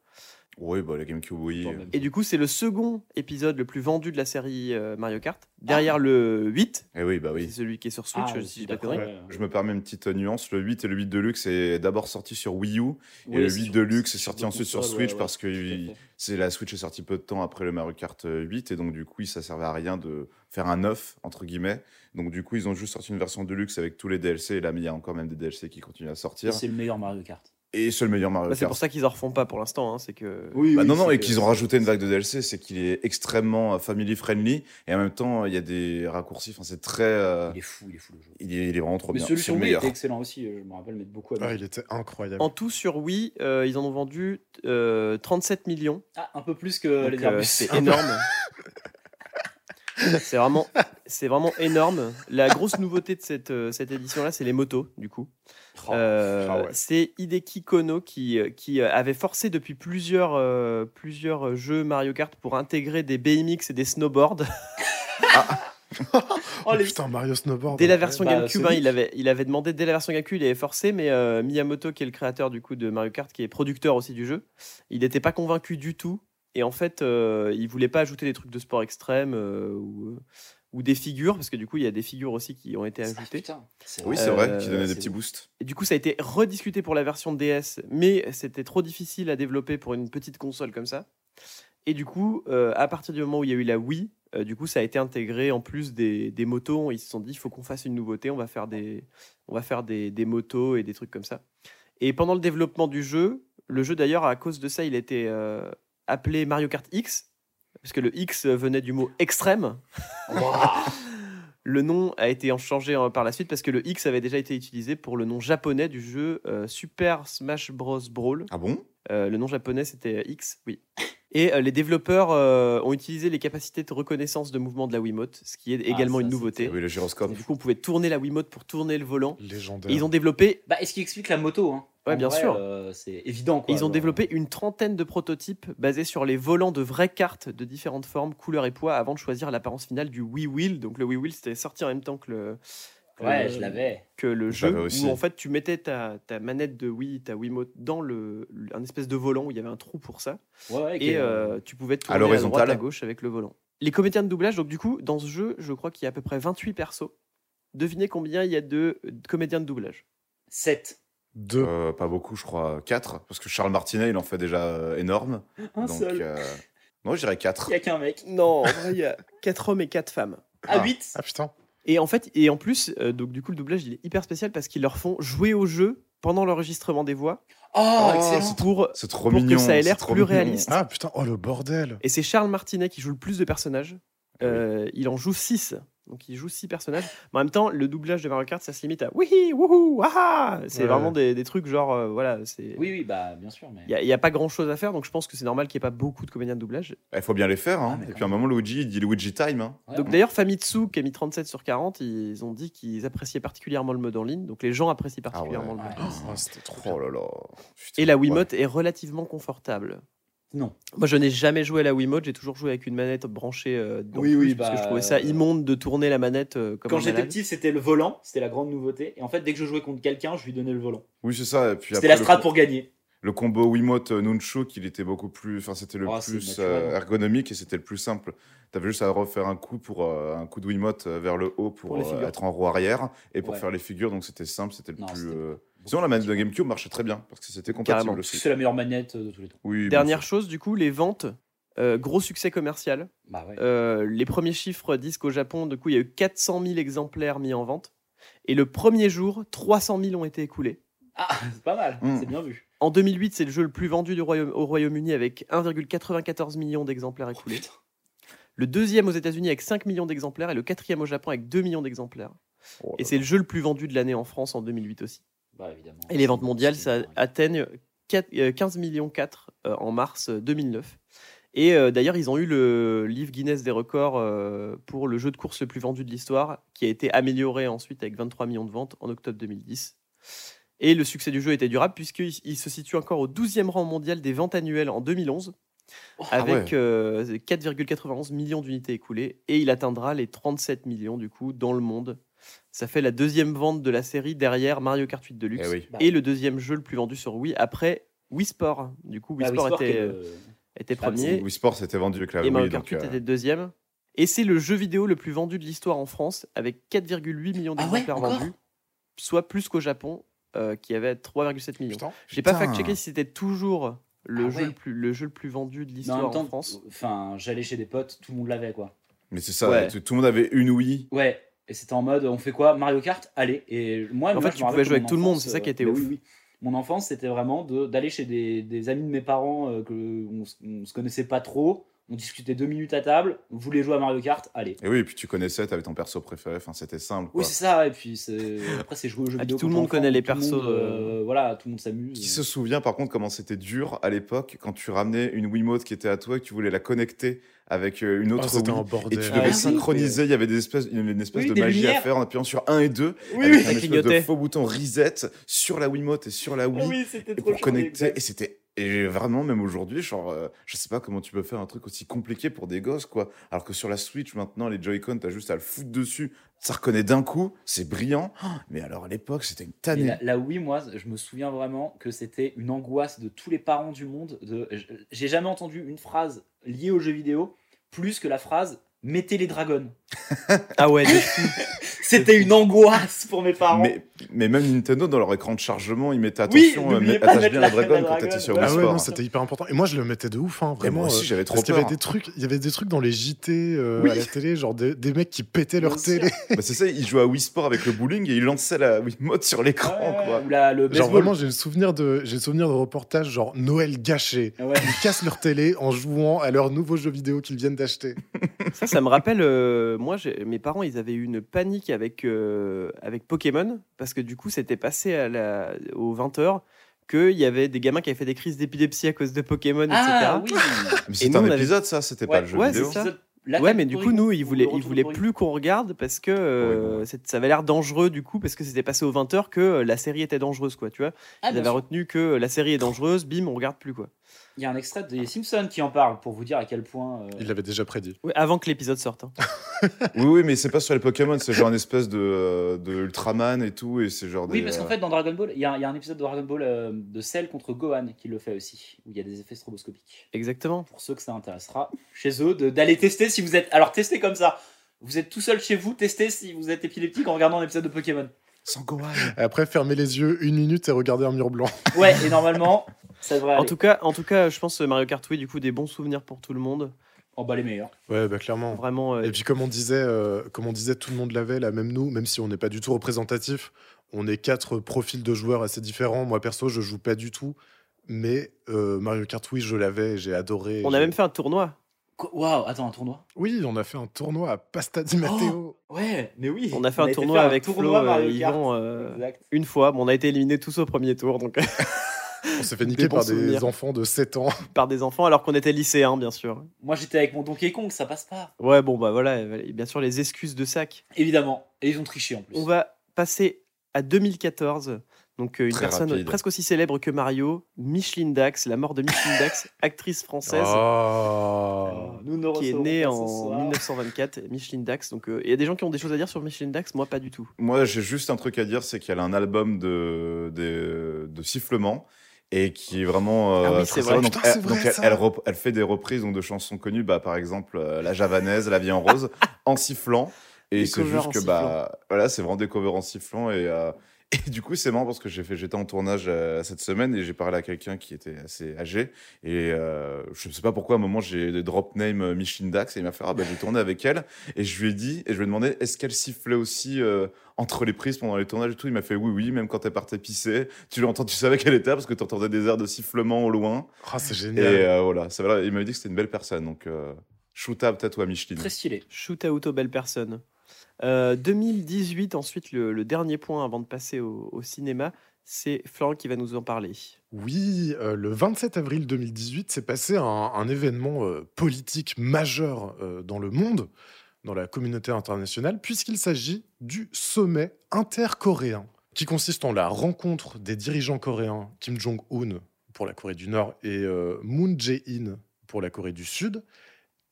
S3: Oui, bah, la GameCube, oui.
S5: Attends, même-
S4: Et du coup c'est le second épisode le plus vendu de la série euh, Mario Kart, derrière le 8,
S3: Eh Ah. oui, bah
S4: c'est
S3: oui.
S4: celui qui est sur
S5: Ah,
S4: Switch,
S5: je
S4: si
S5: suis
S4: j'ai pas de
S5: d'accord,
S4: conneries. Bah,
S5: ouais.
S3: Je me permets une petite nuance. Le 8 et le 8 Deluxe est d'abord sorti sur Wii U.
S5: Oui,
S3: et le
S5: c'est
S3: 8
S5: sur-
S3: Deluxe est
S5: sur
S3: sorti
S5: d'autres
S3: ensuite sur
S5: consoles,
S3: Switch
S5: ouais,
S3: parce que
S5: ouais,
S3: il-
S5: tout à fait.
S3: c'est la Switch est sortie peu de temps après le Mario Kart euh, 8. Et donc, du coup, ça servait à rien de faire un 9, entre guillemets. Donc, du coup, ils ont juste sorti une version Deluxe avec tous les DLC. Et là, mais il y a encore même des DLC qui continuent à
S5: Et
S3: sortir.
S5: C'est le meilleur Mario Kart.
S3: Et c'est le meilleur Mario
S4: Bah, c'est
S3: Kart.
S4: pour ça qu'ils en refont pas pour l'instant, hein, c'est que
S5: Oui,
S3: Bah non, non, et qu'ils ont rajouté une vague de DLC, c'est qu'il est extrêmement euh, family friendly et en même temps, il y a des raccourcis. Enfin, c'est très. euh,
S5: Il est fou, il est fou le jeu.
S3: il, est, il est vraiment trop
S5: Mais
S3: bien.
S5: celui
S3: C'est
S5: sur
S3: le
S5: Wii
S3: meilleur.
S5: était excellent aussi. euh, Je me rappelle, mais beaucoup. aimé.
S6: Ah, il était incroyable.
S4: En tout, sur Wii, euh, ils en ont vendu euh, 37 millions.
S5: Ah, un peu plus que
S4: Donc,
S5: les
S4: euh,
S5: Airbus. Ah,
S4: c'est énorme. c'est vraiment, c'est vraiment énorme. La grosse nouveauté de cette, euh, cette édition-là, c'est les motos, du coup.
S5: Oh,
S4: Euh,
S6: ah ouais.
S4: C'est Hideki Kono qui, euh, qui euh, avait forcé depuis plusieurs, euh, plusieurs jeux Mario Kart pour intégrer des BMX et des snowboards.
S5: Oh, les-
S6: Putain, Mario Snowboard.
S4: Dès la
S6: ouais.
S4: version
S5: Bah,
S4: GameCube,
S5: Sonic.
S4: hein, il, avait, il avait demandé dès la version GameCube, il avait forcé, mais euh, Miyamoto, qui est le créateur du coup de Mario Kart, qui est producteur aussi du jeu, il n'était pas convaincu du tout. Et en fait, euh, il voulait pas ajouter des trucs de sport extrême euh, ou, ou des figures, parce que du coup, il y a des figures aussi qui ont été
S5: Ah,
S4: ajoutées.
S5: putain, c'est
S3: Oui,
S5: vrai.
S3: c'est vrai,
S4: Euh,
S3: qui donnait des
S5: c'est
S3: petits
S5: bon.
S3: boosts.
S4: Et du coup, ça a été rediscuté pour la version DS, mais c'était trop difficile à développer pour une petite console comme ça. Et du coup, euh, à partir du moment où il y a eu la Wii, euh, du coup, ça a été intégré en plus des, des motos. Ils se sont dit, il faut qu'on fasse une nouveauté, on va faire, des, on va faire des, des motos et des trucs comme ça. Et pendant le développement du jeu, le jeu d'ailleurs, à cause de ça, il était euh, appelé Mario Kart X, parce que le X venait du mot extrême. Le nom a été en- changé euh, par la suite parce que le X avait déjà été utilisé pour le nom japonais du jeu euh, Super Smash Bros. Brawl.
S3: Ah bon
S4: Euh, le nom japonais c'était X, oui. Et euh, les développeurs euh, ont utilisé les capacités de reconnaissance de mouvement de la Wiimote, ce qui est également
S5: ça,
S4: une nouveauté.
S3: Oui, le gyroscope.
S4: Du coup, on pouvait tourner la Wiimote pour tourner le volant.
S6: Légendaire.
S4: Et ils ont développé,
S5: Bah, est-ce qu'il explique la moto hein
S4: Ouais,
S5: En
S4: bien
S5: vrai,
S4: sûr.
S5: euh, c'est évident quoi.
S4: ils ont
S5: genre.
S4: développé une trentaine de prototypes basés sur les volants de vraies cartes de différentes formes, couleurs et poids avant de choisir l'apparence finale du Wii Wheel. Donc le Wii Wheel c'était sorti en même temps que le. que
S5: Ouais,
S4: le-
S5: je l'avais.
S4: que le
S3: Je l'avais
S4: jeu
S3: aussi.
S4: où en fait tu mettais ta, ta manette de Wii, ta Wiimote dans le, le- un espèce de volant où il y avait un trou pour ça
S5: Ouais, ouais,
S4: et
S5: que-
S4: euh, tu pouvais tourner à, droite
S3: l'horizontale.
S4: à gauche avec le volant. Les comédiens de doublage, donc du coup dans ce jeu, je crois qu'il y a à peu près 28 persos. Devinez combien il y a de euh, comédiens de doublage.
S5: 7.
S6: Deux.
S3: Euh, pas beaucoup, je crois. 4. Parce que Charles Martinet, il en fait déjà euh, énorme.
S5: Un
S3: donc,
S5: seul. Oh,
S3: euh, non, je dirais 4.
S5: Il n'y a qu'un mec.
S4: Non, en vrai, il y a 4 hommes et 4 femmes.
S5: Ah,
S3: Ah.
S5: 8.
S6: Ah putain.
S4: Et en fait, et en plus, euh, donc du coup le doublage il est hyper spécial parce qu'ils leur font jouer au jeu pendant l'enregistrement des voix
S5: Oh,
S3: Oh,
S5: excellent.
S4: pour
S3: C'est trop
S4: Pour que
S3: mignon.
S4: ça ait
S3: c'est
S4: l'air
S3: trop
S4: plus
S3: mignon.
S4: réaliste.
S6: Ah putain, oh le bordel.
S4: Et c'est Charles Martinet qui joue le plus de personnages.
S3: Ah oui.
S4: Euh, Il en joue 6. Donc il joue 6 personnages. Mais en même temps, le doublage de Mario Kart, ça se limite à Wihi, wouhou, aha C'est
S6: Ouais.
S4: vraiment des, des trucs genre. euh, voilà, c'est.
S5: Oui, oui, bah, bien sûr. Mais...
S4: Il n'y a, pas grand chose à faire, donc je pense que c'est normal qu'il n'y ait pas beaucoup de comédiens de doublage.
S3: Il faut bien les faire.
S5: Ah,
S3: Hein.
S5: mais
S3: et
S5: quand
S3: puis, à un moment, Luigi, il dit Luigi Time. Hein.
S5: Ouais,
S4: donc
S5: ouais.
S4: d'ailleurs, Famitsu, qui a mis 37 sur 40, ils ont dit qu'ils appréciaient particulièrement le mode en ligne. Donc les gens apprécient
S3: ouais.
S4: particulièrement le
S5: Ouais,
S4: mode.
S6: Oh, c'était trop
S3: Oh
S6: bien.
S3: là là.
S4: Et la
S3: Putain, ouais.
S4: Wiimote est relativement confortable.
S5: Non.
S4: Moi, je n'ai jamais joué à la Wiimote, j'ai toujours joué avec une manette branchée. euh, dans
S5: Oui,
S4: le
S5: oui,
S4: plus, parce que
S5: bah,
S4: je trouvais ça immonde de tourner la manette euh, comme
S5: Quand
S4: un
S5: j'étais
S4: malade.
S5: petit, c'était le volant. C'était la grande nouveauté. Et en fait, dès que je jouais contre quelqu'un, je lui donnais le volant.
S3: Oui, c'est ça. Et puis après,
S5: C'était la
S3: le
S5: strat
S3: co-
S5: pour gagner.
S3: Le combo Wiimote euh, Nunchuk, il était beaucoup plus. Enfin, c'était le
S5: Oh, c'est
S3: plus
S5: naturel.
S3: euh, ergonomique et c'était le plus simple. T'avais juste à refaire un coup pour euh, un coup de Wiimote euh, vers le haut pour,
S5: Pour les
S3: euh,
S5: figures.
S3: être en roue arrière et pour
S5: Ouais.
S3: faire les figures. Donc c'était simple, c'était le
S5: Non,
S3: plus.
S5: c'était
S3: euh, Sinon, la manette de GameCube marchait très bien parce que c'était compatible
S4: Carrément.
S3: aussi.
S5: C'est la meilleure manette de tous les temps.
S3: Oui, bien
S4: Dernière
S3: sûr.
S4: chose, du coup, les ventes. Euh, gros succès commercial.
S5: Bah ouais.
S4: Euh, les premiers chiffres disent qu'au Japon, du coup, il y a eu 400 000 exemplaires mis en vente. Et le premier jour, 300 000 ont été écoulés.
S5: Ah, c'est pas mal,
S3: Mm.
S5: c'est bien vu.
S4: En 2008, c'est le jeu le plus vendu du Royaume- au Royaume-Uni avec 1,94 million d'exemplaires
S5: Oh,
S4: écoulés.
S5: putain.
S4: Le deuxième aux États-Unis avec 5 millions d'exemplaires et le quatrième au Japon avec 2 millions d'exemplaires.
S3: Oh là
S4: Et c'est le jeu le plus vendu de l'année en France en 2008 aussi.
S5: Bah, évidemment.
S4: Et les ventes mondiales, ça
S5: C'est-
S4: atteigne 4, euh, 15 millions 4 euh, en mars euh, 2009. Et euh, d'ailleurs, ils ont eu le livre Guinness des records euh, pour le jeu de course le plus vendu de l'histoire, qui a été amélioré ensuite avec 23 millions de ventes en octobre 2010. Et le succès du jeu était durable puisqu'il il se situe encore au 12e rang mondial des ventes annuelles en 2011, avec euh, 4,91 millions d'unités écoulées, et il atteindra les 37 millions du coup dans le monde. Ça fait la deuxième vente de la série derrière Mario Kart 8 Deluxe
S3: Eh oui.
S5: Bah,
S4: et le deuxième jeu le plus vendu sur Wii après Wii Sport. Du coup, Wii
S5: bah,
S4: Sport
S5: qui
S4: était,
S5: est
S4: euh,
S5: le-
S4: était
S5: Ah,
S4: premier
S3: Wii Sport s'était vendu avec la
S4: et Mario
S3: Wii,
S4: Kart
S3: donc
S4: 8
S3: euh,
S4: était deuxième. Et c'est le jeu vidéo le plus vendu de l'histoire en France avec 4,8 millions
S5: Ah ouais,
S4: d'exemplaires
S5: encore
S4: vendus, soit plus qu'au Japon euh, qui avait 3,7 millions.
S6: Putain.
S4: J'ai pas
S3: putain.
S4: fact-checké si c'était toujours le,
S5: Ah
S4: jeu
S5: ouais.
S4: le, plus, le jeu le plus vendu de
S5: Mais en
S4: l'histoire
S5: même
S4: en,
S5: temps,
S4: France.
S5: enfin, j'allais chez des potes, tout le monde l'avait quoi.
S3: Mais c'est ça,
S4: Ouais.
S3: tout, tout le monde avait une Wii.
S5: Ouais, et c'était en mode on fait quoi Mario Kart Allez. Et moi,
S4: En
S5: moi,
S4: fait,
S5: je
S4: tu pouvais
S5: me rappelle
S4: jouer
S5: que
S4: avec
S5: mon
S4: tout le monde,
S5: enfance,
S4: c'est ça qui
S5: euh,
S4: était
S5: mais
S4: ouf.
S5: oui, oui. Mon enfance, c'était vraiment de- d'aller chez des, des amis de mes parents euh, que on, s- on se connaissait pas trop. On discutait deux minutes à table, on voulait jouer à Mario Kart, allez.
S3: Et oui, et puis tu connaissais, t'avais ton perso préféré, enfin c'était simple.
S5: Oui,
S3: Quoi.
S5: c'est ça, et puis c'est- après, c'est jouer aux jeux
S4: Ah,
S5: vidéo.
S4: puis tout le
S5: quand
S4: monde
S5: t'es enfant,
S4: connaît les
S5: tout le monde,
S4: persos,
S5: euh, voilà, tout le monde s'amuse. euh,
S3: Qui se souvient par contre comment c'était dur à l'époque quand tu ramenais une Wiimote qui était à toi et que tu voulais la connecter avec euh, une
S6: Ah,
S3: autre
S6: c'était
S3: Wii
S6: un
S3: et
S6: bordel.
S3: tu
S5: Ah,
S3: devais
S5: oui.
S3: synchroniser, il y avait des espèces, il y avait une espèce
S5: Oui,
S3: de
S5: des
S3: magie à
S5: lumières.
S3: faire en appuyant sur 1 et 2 avec
S5: Oui, oui,
S3: un
S4: Ah, ça
S3: espèce
S4: clignotait.
S3: de faux bouton reset sur la Wiimote et sur la Wii
S5: Ah oui, c'était
S3: et
S5: trop
S3: pour
S5: chaud, mais
S3: connecter
S5: exact.
S3: et c'était et vraiment même aujourd'hui genre euh, je sais pas comment tu peux faire un truc aussi compliqué pour des gosses quoi alors que sur la Switch maintenant les Joy-Con t'as juste à le foutre dessus ça reconnaît d'un coup c'est brillant Ah, mais alors à l'époque c'était une
S5: Mais
S3: tannée
S5: la, la Wii, moi, je me souviens vraiment que c'était une angoisse de tous les parents du monde. De, je- j'ai jamais entendu une phrase liée aux jeux vidéo plus que la phrase mettez les dragons.
S4: Ah ouais, de-
S5: C'était une angoisse pour mes parents.
S3: mais, mais même Nintendo dans leur écran de chargement ils mettaient
S5: Oui,
S3: attention euh,
S5: n'oubliez
S3: mais
S5: pas de
S3: attache
S5: mettre
S3: bien la
S5: la- la
S3: dragonne quand
S5: dragonne,
S3: t'étais sur
S5: ouais.
S3: Wii
S6: Ah ouais,
S3: Sport. hein.
S6: non, c'était hyper important. Et moi, je le mettais de ouf, hein,
S3: Et moi
S6: vraiment.
S3: aussi
S6: euh,
S3: j'avais trop
S6: Parce qu'il y
S3: peur
S6: avait des trucs, il y avait des trucs dans les JT euh,
S3: Oui.
S6: à la télé, genre des, des mecs qui pétaient leur
S5: Bien sûr.
S6: télé.
S3: Bah, c'est ça ils jouaient à Wii Sport avec le bowling et ils lançaient la Wiimote sur l'écran
S5: Ouais,
S3: quoi
S5: Ou la, le
S6: Genre
S5: baseball.
S6: vraiment, j'ai le souvenir de, j'ai le souvenir de reportages genre Noël gâché.
S5: Ouais.
S6: Ils cassent leur télé en jouant à leurs nouveaux jeux vidéo qu'ils viennent d'acheter.
S4: ça, ça me rappelle. euh, moi, j'ai- mes parents, ils avaient eu une panique avec, euh, avec Pokémon parce que du coup, c'était passé à la, aux 20h qu'il y avait des gamins qui avaient fait des crises d'épilepsie à cause de Pokémon, etc.
S5: Ah oui.
S3: mais
S4: Et
S3: c'était
S4: nous, on
S3: un
S4: avait-
S3: épisode ça c'était pas
S5: Ouais,
S3: le jeu
S4: ouais,
S3: vidéo
S4: c'est ça.
S5: Épisode- l'attaque
S4: ouais, mais du
S5: Torii,
S4: coup, nous,
S5: ou
S4: ils
S5: le
S4: voulaient,
S5: retour
S4: ils
S5: de
S4: voulaient
S5: Torii.
S4: plus qu'on regarde parce que euh, c'est- ça avait l'air dangereux, du coup, parce que c'était passé aux 20h que euh, la série était dangereuse, quoi, tu vois.
S5: Ah,
S4: ils
S5: bien
S4: avaient
S5: sûr.
S4: retenu que euh, la série est dangereuse, bim, on regarde plus, quoi.
S5: Il y a un extrait des Simpsons qui en parle pour vous dire à quel point. euh,
S6: Ils l'avaient déjà prédit.
S4: Ouais, avant que l'épisode sorte. hein.
S3: Oui, oui, mais c'est pas sur les Pokémon, c'est genre une espèce de, euh, de Ultraman et tout, et c'est genre des. euh,
S5: Oui,
S4: euh,
S5: parce qu'en fait, dans Dragon Ball, il y, a il y a un épisode de Dragon Ball euh, de Cell contre Gohan qui le fait aussi, où il y a des effets stroboscopiques.
S4: Exactement.
S5: pour ceux que ça intéressera, chez eux, de- d'aller tester si vous êtes. Alors, testez comme ça. Vous êtes tout seul chez vous, testez si vous êtes épileptique en regardant un épisode de Pokémon.
S3: Sans Gohan
S6: Après, fermer les yeux une minute et regarder un mur blanc.
S5: Ouais, et normalement, ça devrait
S4: En
S5: aller.
S4: tout, cas, en tout cas, je pense euh, Mario Kart Wii, du coup, des bons souvenirs pour tout le monde.
S5: En bas Oh, les meilleurs.
S6: Ouais, bah clairement.
S4: Vraiment. euh,
S6: Et puis comme on disait, euh, comme on disait, tout le monde l'avait, là même nous, même si on n'est pas du tout représentatif, on est quatre profils de joueurs assez différents. Moi perso, je joue pas du tout, mais euh, Mario Kart, oui, je l'avais, et j'ai adoré.
S4: on a
S6: J'ai-
S4: même fait un tournoi.
S5: Qu- Waouh, attends, un tournoi
S6: Oui, on a fait un tournoi à Pasta
S4: Oh
S6: di Matteo.
S5: Ouais, mais oui.
S4: On a fait un
S5: été
S4: tournoi
S5: faire
S4: avec
S5: tournoi
S4: Flo,
S5: Mario
S4: euh,
S5: Kart.
S4: Yvan, euh,
S5: Exact.
S4: une fois, mais on a été éliminés tous au premier tour, donc
S6: On s'est fait niquer
S4: bons
S6: par des
S4: souvenirs.
S6: enfants de 7 ans.
S4: par des enfants, alors qu'on était lycéens, bien sûr.
S5: Moi, j'étais avec mon Donkey Kong, ça passe pas.
S4: Ouais, bon, bah voilà, et bien sûr, les excuses de sac.
S5: Évidemment. Et ils ont triché en plus.
S4: On va passer à 2014. Donc, euh, une
S3: Très
S4: personne
S3: rapide.
S4: presque aussi célèbre que Mario, Micheline Dax, la mort de Micheline Dax, actrice française
S6: Oh.
S5: Euh, Nous ne
S4: qui est
S5: recevrons
S4: née
S5: pas ce
S4: en
S5: soir.
S4: 1924. Micheline Dax. Donc, euh, il y a des gens qui ont des choses à dire sur Micheline Dax, moi pas du tout.
S3: Moi, j'ai juste un truc à dire, c'est qu'elle a un album de, de, de sifflements. Et qui est vraiment. euh,
S4: Ah oui,
S3: très
S4: c'est vrai.
S3: sympa. Donc,
S6: Putain,
S3: elle,
S6: c'est vrai,
S3: donc elle-
S6: ça.
S3: elle rep- elle fait des reprises donc, de chansons connues, bah, par exemple euh, La Javanaise, La Vie en Rose, en sifflant. Et
S4: Des
S3: c'est
S4: covers
S3: juste
S4: en
S3: que, bah, voilà, c'est vraiment des covers en sifflant. Et, euh, Et du coup, c'est marrant parce que j'ai fait, j'étais en tournage euh, cette semaine et j'ai parlé à quelqu'un qui était assez âgé. Et euh, je ne sais pas pourquoi, à un moment, j'ai drop name euh, Michine Dax et il m'a fait Ah, bah, j'ai tourné avec elle. Et je lui ai dit, et je lui ai demandé Est-ce qu'elle sifflait aussi euh, entre les prises pendant les tournages et tout Il m'a fait Oui, oui, même quand elle partait pisser. Tu l'entends, tu savais qu'elle était là parce que tu entendais des airs de sifflement au loin.
S6: Ah, c'est
S3: Et
S6: génial.
S3: euh, voilà, ça, voilà, il m'avait dit que c'était une belle personne. Donc, euh, shoot up, toi, Micheline.
S5: Très stylé.
S4: Shoot out aux belles personnes. Euh, 2018, ensuite, le, le dernier point avant de passer au, au cinéma, c'est Florent qui va nous en parler.
S6: Oui, euh, le 27 avril 2018 s'est passé un, un événement euh, politique majeur euh, dans le monde, dans la communauté internationale, puisqu'il s'agit du sommet intercoréen, qui consiste en la rencontre des dirigeants coréens Kim Jong-un pour la Corée du Nord et euh, Moon Jae-in pour la Corée du Sud.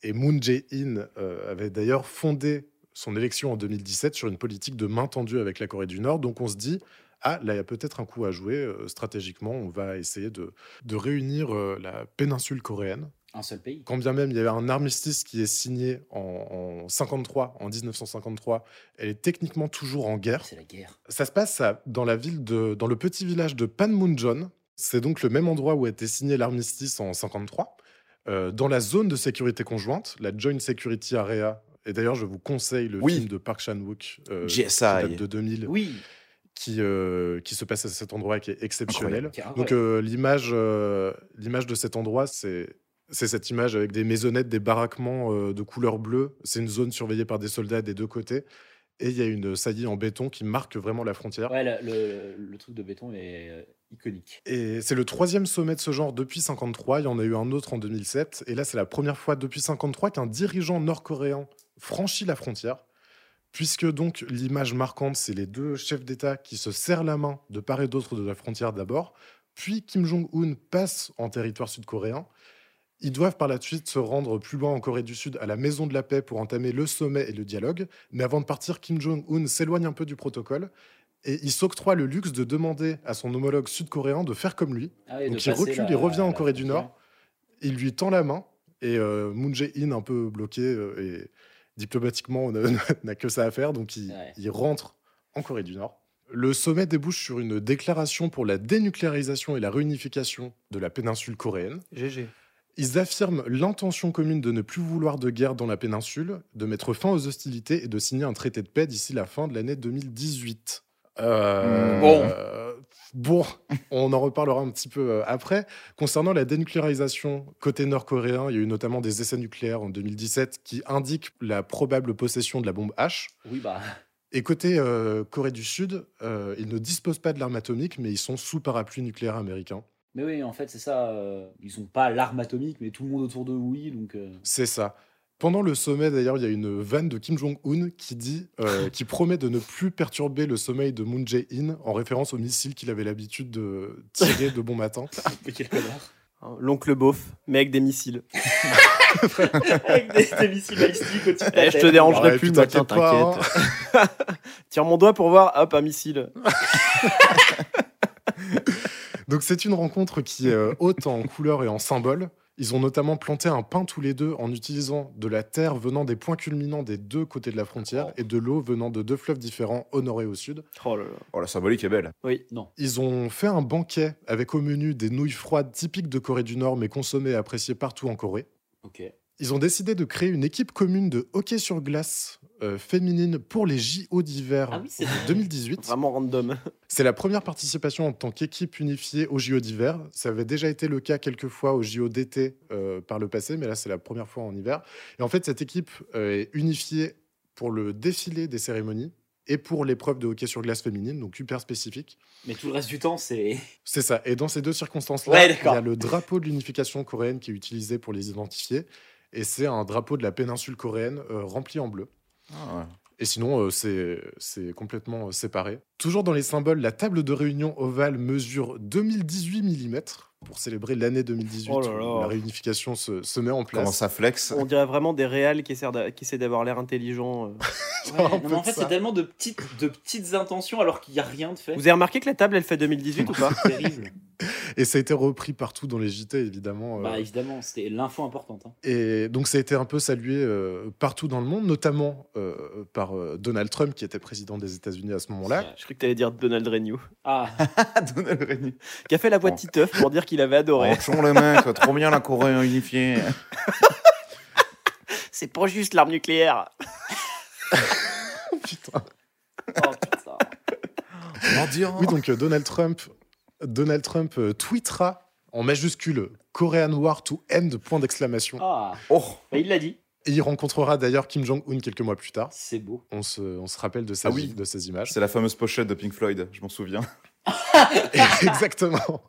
S6: Et Moon Jae-in euh, avait d'ailleurs fondé son élection en 2017 sur une politique de main tendue avec la Corée du Nord, donc on se dit ah, là, il y a peut-être un coup à jouer. euh, stratégiquement, on va essayer de, de réunir euh, la péninsule coréenne.
S5: Un seul pays.
S6: Quand bien même il y avait un armistice qui est signé en, en 53, en 1953, elle est techniquement toujours en guerre.
S5: C'est la guerre.
S6: Ça se passe à- dans la ville de, dans le petit village de Panmunjom. C'est donc le même endroit où a été signé l'armistice en 53. Euh, dans la zone de sécurité conjointe, la Joint Security Area. Et d'ailleurs, je vous conseille le
S3: Oui.
S6: film de Park Chan-wook, euh, qui
S3: GSI.
S6: date de 2000
S5: Oui.
S6: qui, euh, qui se passe à cet endroit et qui est exceptionnel.
S5: Incroyable.
S6: Donc euh, l'image euh, l'image de cet endroit, c'est c'est cette image avec des maisonnettes, des baraquements euh, de couleur bleue. C'est une zone surveillée par des soldats des deux côtés. Et il y a une saillie en béton qui marque vraiment la frontière.
S5: Ouais, le, le- le truc de béton est euh, iconique.
S6: Et c'est le troisième sommet de ce genre depuis 53. Il y en a eu un autre en 2007. Et là, c'est la première fois depuis 53 qu'un dirigeant nord-coréen franchit la frontière. Puisque donc l'image marquante, c'est les deux chefs d'État qui se serrent la main de part et d'autre de la frontière d'abord, puis Kim Jong-un passe en territoire sud-coréen. Ils doivent par la suite se rendre plus loin en Corée du Sud, à la Maison de la Paix, pour entamer le sommet et le dialogue. Mais avant de partir, Kim Jong-un s'éloigne un peu du protocole et il s'octroie le luxe de demander à son homologue sud-coréen de faire comme lui.
S5: Ah, et
S6: Donc,
S5: de
S6: il
S5: passer
S6: recule,
S5: la-
S6: il revient en
S5: la
S6: Corée du
S5: frontière.
S6: Nord. Il lui tend la main et euh, Moon Jae-in, un peu bloqué euh, et diplomatiquement, n'a- n'a que ça à faire, donc il,
S5: Ouais.
S6: il rentre en Corée du Nord. Le sommet débouche sur une déclaration pour la dénucléarisation et la réunification de la péninsule coréenne.
S4: GG.
S6: Ils affirment l'intention commune de ne plus vouloir de guerre dans la péninsule, de mettre fin aux hostilités et de signer un traité de paix d'ici la fin de l'année 2018. Euh,
S3: Hmm.
S5: Bon.
S6: euh, bon, on en reparlera un petit peu euh, après. Concernant la dénucléarisation côté nord-coréen, il y a eu notamment des essais nucléaires en 2017 qui indiquent la probable possession de la bombe H.
S5: Oui, bah,
S6: Et côté euh, Corée du Sud, euh, ils ne disposent pas de l'arme atomique, mais ils sont sous parapluie nucléaire américain.
S5: mais oui, en fait, c'est ça. euh, ils ont pas l'arme atomique, mais tout le monde autour d'eux, oui. Donc, euh,
S6: C'est ça. Pendant le sommet, d'ailleurs, il y a une vanne de Kim Jong-un qui dit, euh, qui promet de ne plus perturber le sommeil de Moon Jae-in en référence au missile qu'il avait l'habitude de tirer de bon matin.
S5: mais quel connard.
S4: Hein, L'oncle beauf, mais avec des missiles.
S5: Avec des, des missiles balistiques au-dessus de ta
S4: Eh, je te
S5: tête.
S4: dérangerai
S6: Ouais,
S4: plus
S6: puis
S4: le matin,
S6: t'inquiète pas,
S4: t'inquiète. Tire mon doigt pour voir, hop, un missile.
S6: hein. Donc c'est une rencontre qui est euh, haute en couleurs et en symboles. Ils ont notamment planté un pin tous les deux en utilisant de la terre venant des points culminants des deux côtés de la frontière et de l'eau venant de deux fleuves différents au nord et au sud.
S4: Oh là là.
S3: Oh, la symbolique est belle.
S6: Ils ont fait un banquet avec au menu des nouilles froides typiques de Corée du Nord mais consommées et appréciées partout en Corée.
S5: Ok.
S6: Ils ont décidé de créer une équipe commune de hockey sur glace euh, féminine pour les JO d'hiver
S5: Ah oui, c'est
S6: de 2018.
S4: Vraiment random.
S6: C'est la première participation en tant qu'équipe unifiée aux JO d'hiver. Ça avait déjà été le cas quelques fois aux JO d'été euh, par le passé, mais là c'est la première fois en hiver. Et en fait, cette équipe euh, est unifiée pour le défilé des cérémonies et pour l'épreuve de hockey sur glace féminine, donc hyper spécifique.
S5: Mais tout le reste du temps, c'est.
S6: C'est ça. Et dans ces deux circonstances-là,
S5: Ouais,
S6: il y
S5: d'accord.
S6: a le drapeau de l'unification coréenne qui est utilisé pour les identifier. Et c'est un drapeau de la péninsule coréenne euh, rempli en bleu.
S3: Ah,
S6: Et sinon, euh, c'est c'est complètement euh, séparé. Toujours dans les symboles, la table de réunion ovale mesure 2018 mm pour célébrer l'année 2018.
S4: Oh là là.
S6: où La réunification se, se met en
S3: Comment
S6: place.
S3: ça flex
S4: On dirait vraiment des réals qui essaient d'a- qui essaient d'avoir l'air intelligent. euh.
S5: Ouais,
S6: un
S5: non,
S6: peu
S5: mais en
S6: de
S5: fait,
S6: ça.
S5: c'est tellement de petites, de petites intentions alors qu'il n'y a rien de fait.
S4: Vous avez remarqué que la table, elle fait 2018 ou pas
S5: terrible.
S6: Et ça a été repris partout dans les JT, évidemment. euh,
S5: Bah évidemment, c'était l'info importante. hein.
S6: Et donc, ça a été un peu salué euh, partout dans le monde, notamment euh, par euh, Donald Trump, qui était président des États-Unis à ce moment-là.
S4: Je crois que t'allais dire Donald Renew,
S5: Ah,
S3: Donald Reigny.
S4: qui a fait la voix de
S3: Bon.
S4: Titeuf pour dire qu'il avait adoré.
S3: Ranchons les mecs, trop bien la Corée unifiée.
S4: C'est pas juste l'arme nucléaire.
S6: Putain.
S5: oh, putain.
S3: On en dira.
S6: Oui, donc euh, Donald Trump, Donald Trump euh, tweetera en majuscule Korean War to End, point d'exclamation.
S5: Ah,
S3: Oh,
S5: bah, il l'a dit.
S6: Et il rencontrera d'ailleurs Kim Jong-un quelques mois plus tard.
S5: C'est beau.
S6: On se, on se rappelle de, ces-
S3: Ah oui.
S6: de ces images.
S3: c'est la fameuse pochette de Pink Floyd, je m'en souviens.
S6: Exactement.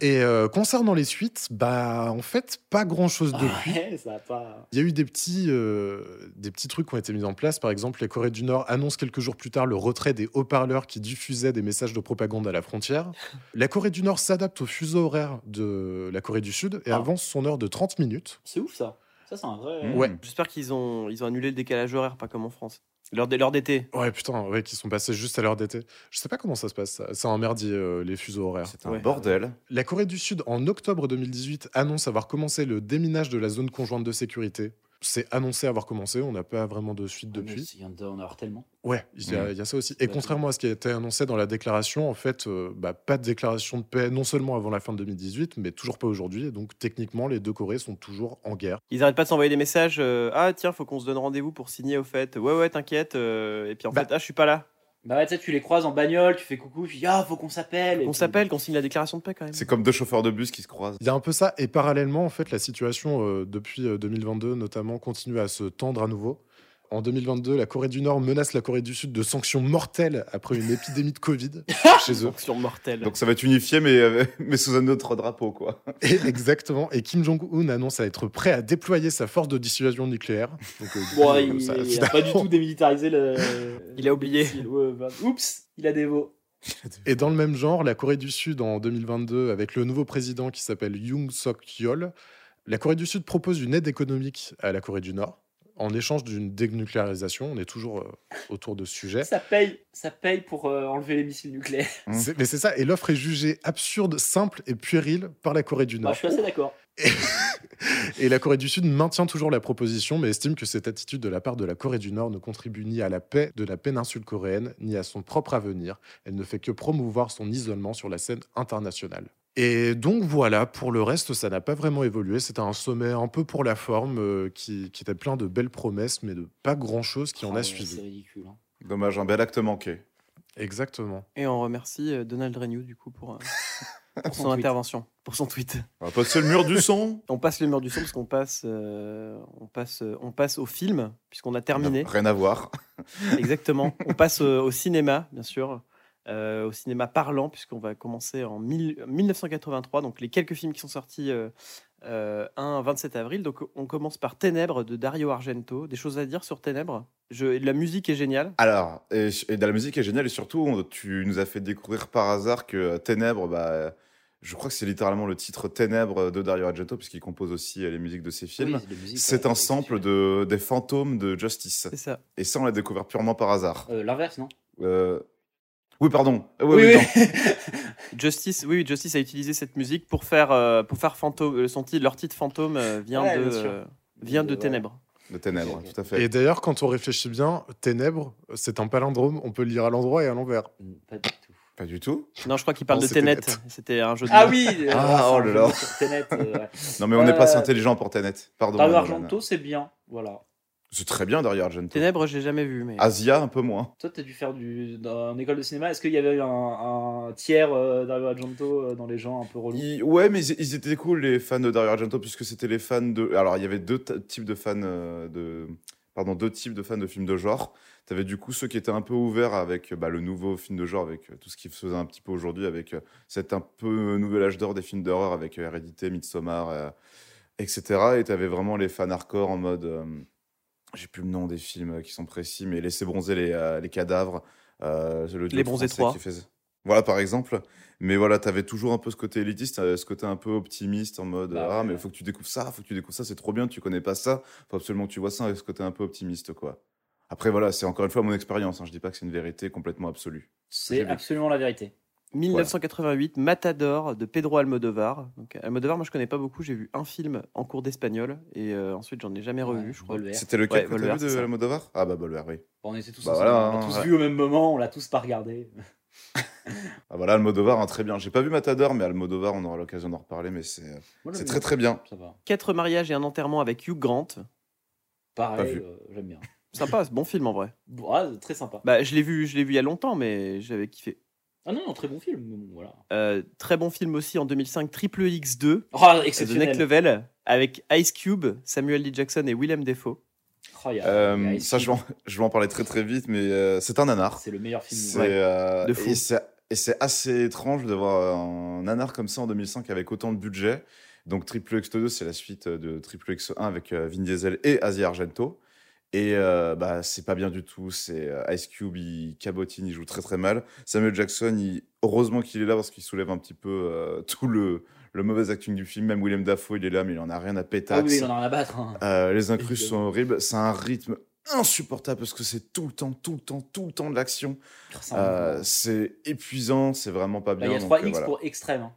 S6: Et euh, concernant les suites, bah en fait, pas grand-chose
S3: Ah.
S6: de
S5: Ah, Ouais, ça a pas.
S6: Il y a eu des petits, euh, des petits trucs qui ont été mis en place. Par exemple, les Corées du Nord annoncent quelques jours plus tard le retrait des haut-parleurs qui diffusaient des messages de propagande à la frontière. La Corée du Nord s'adapte au fuseau horaire de la Corée du Sud et
S5: Ah.
S6: avance son heure de 30 minutes.
S5: C'est ouf ça. Ça, c'est un vrai.
S3: Mm.
S6: Ouais.
S4: J'espère qu'ils ont, ils ont annulé le décalage horaire, pas comme en France. L'heure des- l'heure d'été.
S6: Ouais, putain, ouais, qui sont passés juste à l'heure d'été. Je sais pas comment ça se passe. Ça, ça emmerdier les fuseaux horaires.
S3: C'est un
S4: Ouais.
S3: bordel.
S6: La Corée du Sud, en octobre 2018, annonce avoir commencé le déminage de la zone conjointe de sécurité. C'est annoncé avoir commencé, on n'a pas vraiment de suite
S5: Ah, mais
S6: depuis.
S5: c'est- Il y en a on en a tellement.
S6: Ouais, il y, a-
S3: Mhm.
S6: il y a ça aussi. Et
S5: Bah,
S6: contrairement à ce qui a été annoncé dans la déclaration, en fait, euh, bah, pas de déclaration de paix, non seulement avant la fin de 2018, mais toujours pas aujourd'hui. Et donc, techniquement, les deux Corées sont toujours en guerre.
S4: Ils arrêtent pas de s'envoyer des messages. euh, ah tiens, faut qu'on se donne rendez-vous pour signer au fait. Ouais ouais, t'inquiète. euh, et puis en
S6: Bah.
S4: fait, ah je suis pas là.
S5: Bah ouais, tu sais, tu les croises en bagnole, tu fais coucou, tu dis ah, faut qu'on s'appelle. et
S4: On
S5: puis-
S4: s'appelle, qu'on signe la déclaration de paix quand même.
S3: C'est comme deux chauffeurs de bus qui se croisent.
S6: Il y a un peu ça. Et parallèlement, en fait, la situation euh, depuis euh, 2022, notamment, continue à se tendre à nouveau. En 2022, la Corée du Nord menace la Corée du Sud de sanctions mortelles après une épidémie de Covid chez eux.
S4: Sanction mortelle.
S3: Donc ça va être unifié, mais, euh, mais sous un autre drapeau, quoi.
S6: Et- exactement. Et Kim Jong-un annonce à être prêt à déployer sa force de dissuasion nucléaire. Donc, euh, du coup,
S5: Bon,
S6: euh,
S5: il,
S6: ça-
S5: il a pas du tout démilitarisé le.
S4: Il a oublié.
S5: le missile. Ouais, bah, Oups, il a des mots.
S6: Et dans le même genre, la Corée du Sud en 2022, avec le nouveau président qui s'appelle Yoon Suk-yeol, la Corée du Sud propose une aide économique à la Corée du Nord en échange d'une dénucléarisation. On est toujours euh, autour de ce sujet.
S5: Ça paye, ça paye pour euh, enlever les missiles nucléaires.
S3: Mm.
S6: C'est- Mais c'est ça, et l'offre est jugée absurde, simple et puérile par la Corée du
S5: Bah,
S6: Nord.
S5: je suis assez d'accord.
S6: Et la Corée du Sud maintient toujours la proposition, mais estime que cette attitude de la part de la Corée du Nord ne contribue ni à la paix de la péninsule coréenne, ni à son propre avenir. Elle ne fait que promouvoir son isolement sur la scène internationale. Et donc voilà, pour le reste, ça n'a pas vraiment évolué. C'était un sommet un peu pour la forme, euh, qui, qui était plein de belles promesses, mais de pas grand-chose qui en a
S5: Ah, ouais,
S6: suivi.
S5: C'est ridicule. hein.
S3: Dommage, un bel acte manqué.
S6: Exactement.
S4: Et on remercie euh, Donald Renew du coup pour, euh, pour son,
S5: tweet.
S4: intervention, pour son tweet.
S3: On va passer le mur du son.
S4: On passe le mur du son parce qu'on passe, euh, on passe, euh, on passe au film puisqu'on a terminé.
S3: Rien à voir.
S4: Exactement. On passe euh, au cinéma, bien sûr. euh, au cinéma parlant, puisqu'on va commencer en mille- 1983, donc les quelques films qui sont sortis euh, euh, un 27 avril. Donc on commence par Ténèbres de Dario Argento. Des choses à dire sur Ténèbres Je, La musique est géniale.
S3: Alors, et, et de la musique est géniale, et surtout, on- tu nous as fait découvrir par hasard que euh, Ténèbres, bah, je crois que c'est littéralement le titre Ténèbres de Dario Argento, puisqu'il compose aussi euh, les musiques de ses films.
S5: Oui, la musique, hein,
S3: c'est
S5: ouais,
S3: un sample de, des fantômes de Justice.
S4: C'est ça.
S3: Et ça, on l'a découvert purement par hasard.
S5: Euh, L'inverse, non
S3: Euh, Oui, pardon. Euh,
S5: Oui, oui.
S3: non.
S4: Justice, oui, oui, Justice a utilisé cette musique pour faire, euh, pour faire fantôme, euh, son titre, leur titre fantôme euh, vient
S5: Ouais,
S4: de,
S5: bien sûr.
S4: euh, vient de
S5: Ouais.
S4: Ténèbres.
S3: De Ténèbres,
S5: Ok, ok.
S3: tout à fait.
S6: Et d'ailleurs, quand on réfléchit bien, Ténèbres, c'est un palindrome, on peut le lire à l'endroit et à l'envers.
S5: Mm, Pas du tout.
S3: Pas du tout.
S4: Non, je crois qu'il parle
S6: Non,
S4: de
S6: c'était
S4: Ténet.
S6: net.
S4: C'était un jeu de
S5: Ah
S4: mots.
S5: oui euh,
S3: Ah, oh
S5: c'est un
S3: là là.
S5: jeu sur Tenet, euh, ouais.
S3: Non, mais on n'est
S5: Euh,
S3: pas si intelligent pour Ténèbres. Pardon.
S5: Dario
S3: Madame.
S5: Argento, c'est bien. Voilà.
S3: C'est très bien, Dario Argento.
S4: Ténèbres, j'ai jamais vu,
S5: Ah
S4: mais
S3: Asia, un peu moins.
S5: Toi, t'as dû faire du dans une école de cinéma. Est-ce qu'il y avait eu un, un tiers euh, Dario Argento euh, dans les gens un peu relous
S3: Ils- Ouais, mais ils, ils étaient cool, les fans de Dario Argento, puisque c'était les fans de. Alors, il y avait deux ta- types de fans euh, de. Pardon, deux types de fans de films de genre. T'avais du coup ceux qui étaient un peu ouverts avec euh, bah, le nouveau film de genre, avec euh, tout ce qui se faisait un petit peu aujourd'hui, avec euh, cet un peu nouvel âge d'or des films d'horreur, avec euh, Hérédité, Midsommar, euh, etc. Et t'avais vraiment les fans hardcore en mode. euh, J'ai plus le nom des films euh, qui sont précis, mais Laissez bronzer les, euh, les cadavres. euh, le duo
S4: Bronzés
S3: français
S4: trois.
S3: qui faisait- Voilà, par exemple. Mais voilà, t'avais toujours un peu ce côté élitiste, euh, ce côté un peu optimiste en mode
S5: Bah
S3: Ah,
S5: ouais.
S3: mais faut que tu découvres ça, faut que tu découvres ça, c'est trop bien, tu connais pas ça, faut absolument que tu vois ça, et ce côté un peu optimiste, quoi. Après, voilà, c'est encore une fois mon expérience, hein, je dis pas que c'est une vérité complètement absolue.
S5: C'est absolument la vérité.
S4: 1988, Matador de Pedro Almodovar. Donc, Almodovar, moi je connais pas beaucoup, j'ai vu un film en cours d'espagnol et euh, ensuite j'en ai jamais revu, je crois.
S5: Volver.
S3: C'était lequel
S4: Ouais,
S3: que t'as
S4: Bolvar,
S3: vu
S4: c'est
S3: de
S4: ça.
S3: Almodovar Ah bah Bolvar, oui.
S5: On était tous
S3: Bah
S5: ensemble,
S3: voilà,
S5: on l'a
S3: hein,
S5: tous
S3: ouais.
S5: vu au même moment, on l'a tous pas regardé.
S3: Ah voilà, Almodovar, hein, très bien. J'ai pas vu Matador, mais Almodovar, on aura l'occasion d'en reparler, mais c'est euh,
S5: Moi,
S3: c'est
S5: j'aime
S3: très
S5: bien.
S3: très bien.
S5: Ça va.
S4: Quatre mariages et un enterrement avec Hugh Grant.
S5: Pareil,
S3: vu.
S5: euh, j'aime bien.
S4: Sympa, c'est bon film en vrai.
S5: Bon, ah, très sympa.
S4: Bah, je l'ai vu, je l'ai vu il y a longtemps, mais j'avais kiffé.
S5: Ah non, non, très bon film. mais bon, Voilà.
S4: Euh, très bon film aussi en 2005, Triple X2,
S5: Ah,
S4: The Next
S5: exceptionnel.
S4: Level, avec Ice Cube, Samuel D. Jackson et Willem Dafoe.
S5: Oh, il y a- il y a
S3: Euh,
S5: Ice
S3: ça, je vais,
S5: Cube.
S3: en, je vais en parler très très vite, mais euh, c'est un nanar.
S5: C'est le meilleur
S3: C'est,
S5: film. Ouais.
S3: euh,
S4: de fou.
S3: et c'est- Et c'est assez étrange de voir un nanar comme ça en 2005 avec autant de budget. Donc Triple X2, c'est la suite de Triple X1 avec euh, Vin Diesel et Asia Argento. Et euh, bah, c'est pas bien du tout. C'est euh, Ice Cube, il cabotine, il joue très très mal. Samuel Jackson, il- heureusement qu'il est là parce qu'il soulève un petit peu euh, tout le, le mauvais acting du film. Même William Dafoe, il est là, mais il en a rien à pétax.
S5: Ah oui, il en a rien à battre. hein.
S3: Euh, les incrustes sont
S5: Évidemment.
S3: horribles. C'est un rythme insupportable parce que c'est tout le temps, tout le temps, tout le temps de l'action.
S5: C'est un
S3: Euh,
S5: bon plan.
S3: c'est épuisant, c'est vraiment pas
S5: Bah,
S3: bien.
S5: Oh, Il y a
S3: donc,
S5: 3
S3: euh,
S5: X
S3: voilà.
S5: pour extrême. hein.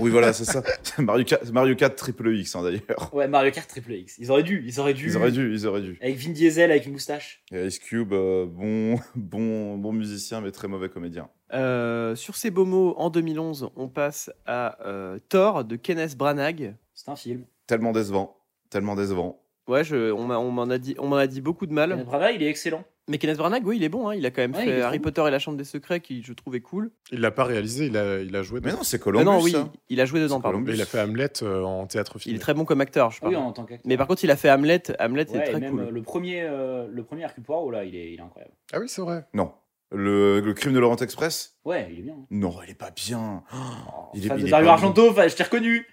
S3: Oui, voilà, c'est ça. Mario 4, Mario 4 triple X, hein, d'ailleurs.
S5: Ouais, Mario Kart triple X. Ils auraient dû, ils auraient dû.
S3: Ils auraient dû, ils auraient dû.
S5: Avec Vin Diesel, avec une moustache.
S3: Et Ice Cube, euh, bon, bon, bon musicien, mais très mauvais comédien.
S4: Euh, sur ces beaux mots, en 2011, on passe à euh, Thor de Kenneth Branagh.
S5: C'est un film.
S3: Tellement décevant, tellement décevant.
S4: Ouais, je- on m'a- on m'en a dit, on m'en a dit beaucoup de
S5: Kenneth
S4: mal.
S5: Branagh, il est excellent.
S4: Mais Kenneth Branagh, oui, il est bon. hein, Il a quand même
S5: Ouais, il est
S4: fait
S5: trop
S4: Harry
S5: bon.
S4: Potter et la Chambre des Secrets, qui je trouvais cool.
S6: Il l'a pas réalisé, il a, il a joué
S3: Mais
S6: dedans.
S3: non, c'est
S4: Ah
S3: Columbus. hein.
S4: non, oui,
S3: ça.
S4: il a joué dedans.
S3: C'est
S4: Pardon.
S3: Columbus.
S6: il a fait Hamlet euh, en théâtre
S4: Il
S6: filmé.
S4: est très bon comme acteur, je
S5: Ah oui,
S4: parle.
S5: en tant qu'acteur.
S4: Mais par contre, il a fait Hamlet. Hamlet
S5: Ouais,
S4: est
S5: et
S4: très
S5: même
S4: cool.
S5: euh, le premier, euh, le premier Hercule Poirot là, il est, il est incroyable.
S6: Ah oui, c'est vrai.
S3: Non. Le, le crime de Laurent Express
S5: Ouais, il est bien. hein.
S3: Non, il est pas bien.
S5: Oh,
S3: Il est-
S5: fan
S3: il
S5: de
S3: est
S5: Dario
S3: pas
S5: Argento, enfin, je t'ai reconnu.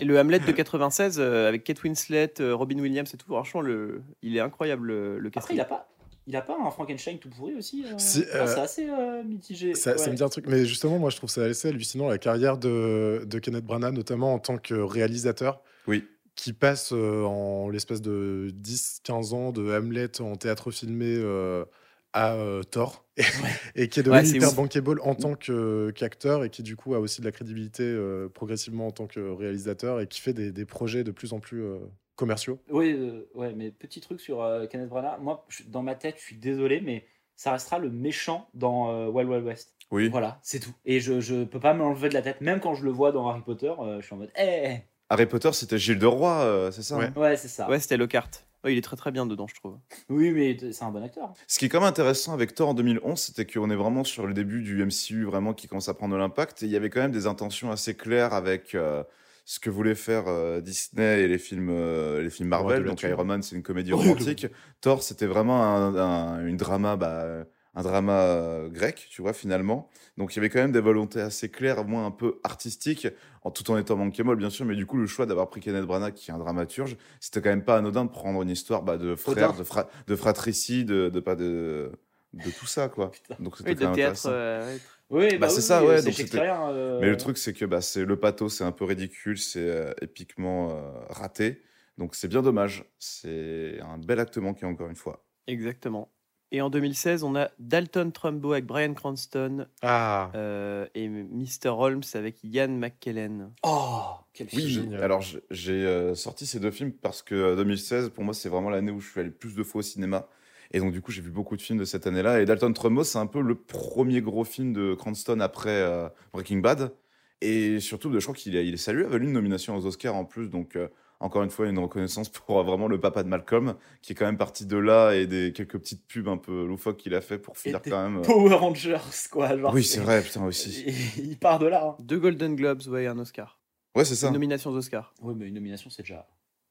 S4: Et le Hamlet de 96 euh, avec Kate Winslet, euh, Robin Williams et tout. Franchement, le, il est incroyable le, le
S5: Après,
S4: casting.
S5: il a pas, il a pas un Frankenstein tout pourri aussi. euh
S6: Si,
S5: Ah,
S6: euh,
S5: c'est assez euh, mitigé.
S6: Ça, ça
S5: Ouais.
S6: me dit un truc, mais justement, moi je trouve ça assez hallucinant la carrière de, de Kenneth Branagh, notamment en tant que réalisateur.
S3: Oui.
S6: Qui passe euh, en l'espace de 10-15 ans de Hamlet en théâtre filmé euh, à euh, Thor, et qui est devenu
S4: Ouais, c'est
S6: hyper
S4: ouf.
S6: bankable en tant que- qu'acteur, et qui du coup a aussi de la crédibilité euh, progressivement en tant que réalisateur, et qui fait des, des projets de plus en plus euh, commerciaux.
S5: Oui, euh, ouais, mais petit truc sur euh, Kenneth Branagh. Moi, je- dans ma tête, je suis désolé, mais ça restera le méchant dans euh, Wild Wild West.
S3: Oui.
S5: Voilà, c'est tout. Et je, je peux pas me l'enlever de la tête, même quand je le vois dans Harry Potter, euh, je suis en mode, eh,
S3: Harry Potter, c'était Gilles de Roy, euh, c'est ça
S6: Ouais.
S3: hein
S5: ouais, c'est ça.
S4: Ouais, c'était Lockhart. Ouais, il est très très bien dedans, je trouve.
S5: Oui, mais t- c'est un bon acteur.
S3: Ce qui est quand même intéressant avec Thor en 2011, c'était qu'on est vraiment sur le début du MCU, vraiment qui commence à prendre de l'impact. Et il y avait quand même des intentions assez claires avec euh, ce que voulait faire euh, Disney et les films, euh, les films
S6: Roi
S3: Marvel.
S6: de
S3: Donc
S6: l'action.
S3: Iron Man, c'est une comédie
S5: Horrible.
S3: romantique. Thor, c'était vraiment un, un- une drama, bah, un drama euh, grec, tu vois, finalement. Donc il y avait quand même des volontés assez claires, au moins un peu artistiques, en tout en étant bankable, bien sûr. Mais du coup, le choix d'avoir pris Kenneth Branagh, qui est un dramaturge, c'était quand même pas anodin de prendre une histoire bah, de frère, de, fra- de fratricide, de, de pas de de tout ça quoi.
S5: Putain.
S3: Donc c'était
S4: Oui,
S3: quand
S4: de
S3: même
S4: théâtre.
S3: intéressant.
S4: euh, ouais.
S5: Oui,
S3: Bah,
S5: bah,
S3: c'est
S5: oui,
S3: ça,
S5: oui,
S3: ouais,
S5: c'est
S3: donc c'était-
S5: shakespearien. euh,
S3: Mais le truc c'est que bah c'est le pathos, c'est un peu ridicule, c'est euh, épiquement euh, raté. Donc c'est bien dommage. C'est un bel acte manqué encore une fois.
S4: Exactement. Et en 2016, on a Dalton Trumbo avec Brian Cranston
S6: Ah,
S4: euh, et Mr. Holmes avec Ian McKellen.
S5: Oh, quel film.
S3: Oui,
S6: génial.
S3: alors j- j'ai euh, sorti ces deux films parce que euh, 2016, pour moi, c'est vraiment l'année où je suis allé le plus de fois au cinéma. Et donc, du coup, j'ai vu beaucoup de films de cette année-là. Et Dalton Trumbo, c'est un peu le premier gros film de Cranston après euh, Breaking Bad. Et surtout, je crois qu'il est, il est salué, avait eu une nomination aux Oscars en plus. Donc, euh, encore une fois, une reconnaissance pour euh, vraiment le papa de Malcolm, qui est quand même parti de là et des quelques petites pubs un peu loufoques qu'il a fait pour
S5: Et
S3: finir
S5: des
S3: quand même. euh,
S5: Power Rangers, quoi. genre,
S3: Oui, c'est vrai, putain, aussi.
S5: Il, il part de là. hein.
S4: Deux Golden Globes, ouais, et un Oscar.
S3: Ouais, c'est ça.
S4: Une nomination aux Oscars.
S5: Oui, mais une nomination, c'est déjà.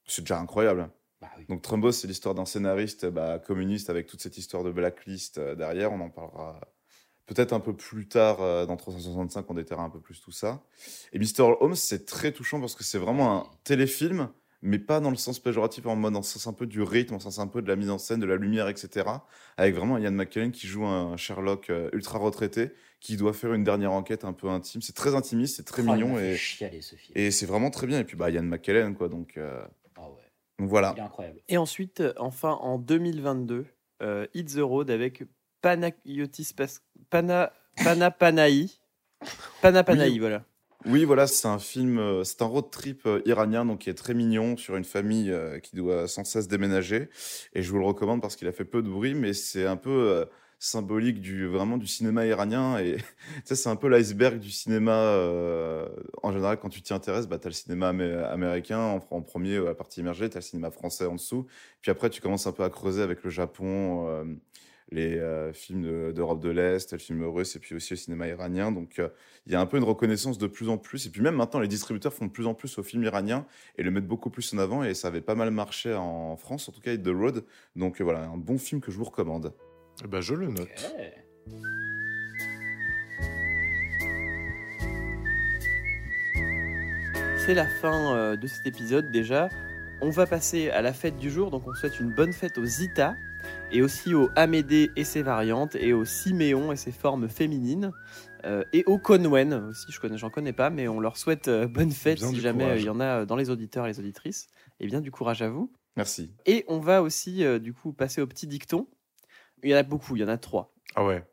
S3: C'est déjà incroyable.
S5: Bah oui.
S3: Donc Trumbo, c'est l'histoire d'un scénariste bah, communiste avec toute cette histoire de blacklist euh, derrière. On en parlera peut-être un peu plus tard euh, dans 365, on déterra un peu plus tout ça. Et Mr. Holmes, c'est très touchant parce que c'est vraiment un téléfilm, mais pas dans le sens péjoratif, en mode dans le sens un peu du rythme, dans le sens un peu de la mise en scène, de la lumière, etc. Avec vraiment Ian McKellen qui joue un Sherlock euh, ultra retraité qui doit faire une dernière enquête un peu intime. C'est très intimiste, c'est très
S5: Oh, il
S3: mignon
S5: m'a fait
S3: et,
S5: chialer, ce film.
S3: et c'est vraiment très bien. Et puis bah, Ian McKellen, quoi. Donc, euh,
S5: Ah ouais,
S3: donc voilà.
S5: il est incroyable.
S4: Et ensuite, euh, enfin, en 2022, euh, Hit the Road avec Panayotis Pas- Pana, Pana Panahi Panapanaï, voilà.
S3: Oui, voilà, c'est un film, euh, c'est un road trip euh, iranien donc qui est très mignon sur une famille euh, qui doit sans cesse déménager. Et je vous le recommande parce qu'il a fait peu de bruit, mais c'est un peu euh, symbolique du vraiment du cinéma iranien. Et ça, c'est un peu l'iceberg du cinéma euh, en général. Quand tu t'y intéresses, bah, t'as le cinéma amé- américain en, en premier, euh, la partie immergée, t'as le cinéma français en dessous. Puis après, tu commences un peu à creuser avec le Japon. euh, les euh, films de- d'Europe de, l'Est, le film russe et puis aussi le cinéma iranien. Donc, euh, il y a un peu une reconnaissance de plus en plus. Et puis même maintenant, les distributeurs font de plus en plus aux films iraniens et le mettent beaucoup plus en avant. Et ça avait pas mal marché en France, en tout cas avec The Road. Donc euh, voilà, un bon film que je vous recommande.
S6: Eh ben, je le
S5: Ah.
S6: note.
S5: Ouais.
S4: C'est la fin euh, de cet épisode déjà. On va passer à la fête du jour, donc on souhaite une bonne fête aux Zita et aussi aux Amédée et ses variantes et aux Siméon et ses formes féminines euh, et aux Conwen aussi. Je connais, j'en connais pas, mais on leur souhaite euh, bonne fête
S6: Bien
S4: si
S6: du
S4: jamais euh,
S6: courage.
S4: il y en a euh, dans les auditeurs et les auditrices. Et bien du courage à vous.
S3: Merci.
S4: Et on va aussi euh, du coup passer au petit dicton. Il y en a beaucoup, il y en a trois.
S6: Ah ouais.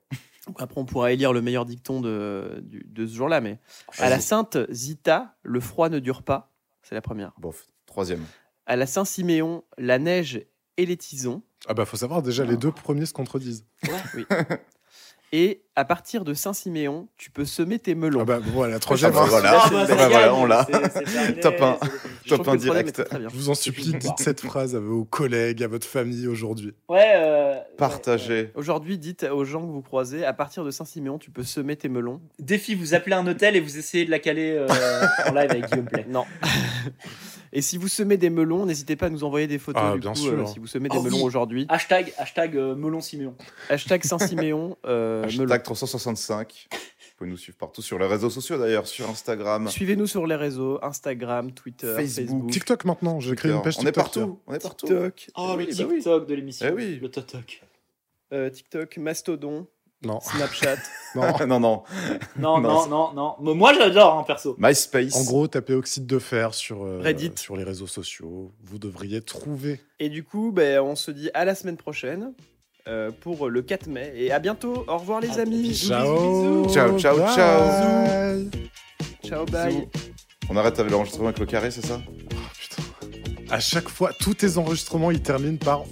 S4: Donc après on pourra élire le meilleur dicton de, du- de ce jour-là, mais à
S3: Vas-y.
S4: la Sainte Zita, le froid ne dure pas. C'est la première.
S3: Bof. Troisième.
S4: À la Saint-Siméon, la neige et les tisons.
S6: Ah bah, faut savoir déjà, les deux premiers se contredisent.
S4: Oui. Et à partir de Saint-Siméon, tu peux semer tes melons.
S6: Ah bah, voilà, troisième.
S3: bah,
S6: hein.
S3: voilà.
S5: Ah,
S3: bah,
S5: ça
S3: bah,
S5: gagne,
S3: voilà, on l'a.
S5: c'est- c'est terminé,
S3: Top un.
S5: c'est définitif.
S4: Je trouve
S3: top
S4: que le troisième
S3: indirect.
S4: était très bien.
S6: Je vous en supplie, dites cette phrase à vos collègues, à votre famille aujourd'hui.
S5: Ouais, euh, ouais, ouais.
S3: Partagé.
S4: Aujourd'hui, dites aux gens que vous croisez, à partir de Saint-Siméon, tu peux semer tes melons.
S5: euh, Défi, vous appelez un hôtel et vous essayez de la caler euh, en live avec Guillaume Play.
S4: Non. et si vous semez des melons, n'hésitez pas à nous envoyer des photos
S6: Ah,
S4: du
S6: bien
S4: coup,
S6: sûr. Ah
S4: euh, si vous semez des
S5: Oh oui.
S4: melons aujourd'hui.
S5: Hashtag, hashtag euh, Melon Siméon.
S4: Hashtag Saint-Siméon, euh, melon.
S3: Hashtag 365. Vous pouvez nous suivre partout sur les réseaux sociaux d'ailleurs, sur Instagram,
S4: Suivez-nous sur les réseaux, Instagram, Twitter,
S3: Facebook.
S4: Facebook.
S6: TikTok maintenant, j'ai créé
S3: Twitter.
S6: une page
S3: On est
S6: TikTok hier.
S3: partout. On est partout.
S4: TikTok,
S5: Oh,
S3: oui,
S5: le
S3: bah oui.
S5: TikTok de l'émission.
S3: Eh oui.
S5: Le TikTok.
S4: euh, TikTok, Mastodon,
S6: Non,
S4: Snapchat.
S6: non.
S3: non, non.
S5: Non,
S3: Non,
S5: non, non, non. Mais Moi, j'adore, hein, perso.
S3: MySpace.
S6: En gros, tapez oxyde de fer sur, euh,
S4: Reddit.
S6: sur les réseaux sociaux. Vous devriez trouver.
S4: Et du coup, ben, on se dit à la semaine prochaine euh, pour le 4 mai. Et à bientôt. Au revoir les
S5: À-
S4: amis. Bisous,
S6: Ciao.
S4: bisous.
S3: Ciao, ciao, ciao.
S6: Bye.
S4: Ciao, bye.
S3: On arrête avec l'enregistrement avec le carré, c'est ça
S6: Putain. À chaque fois, tous tes enregistrements, ils terminent par.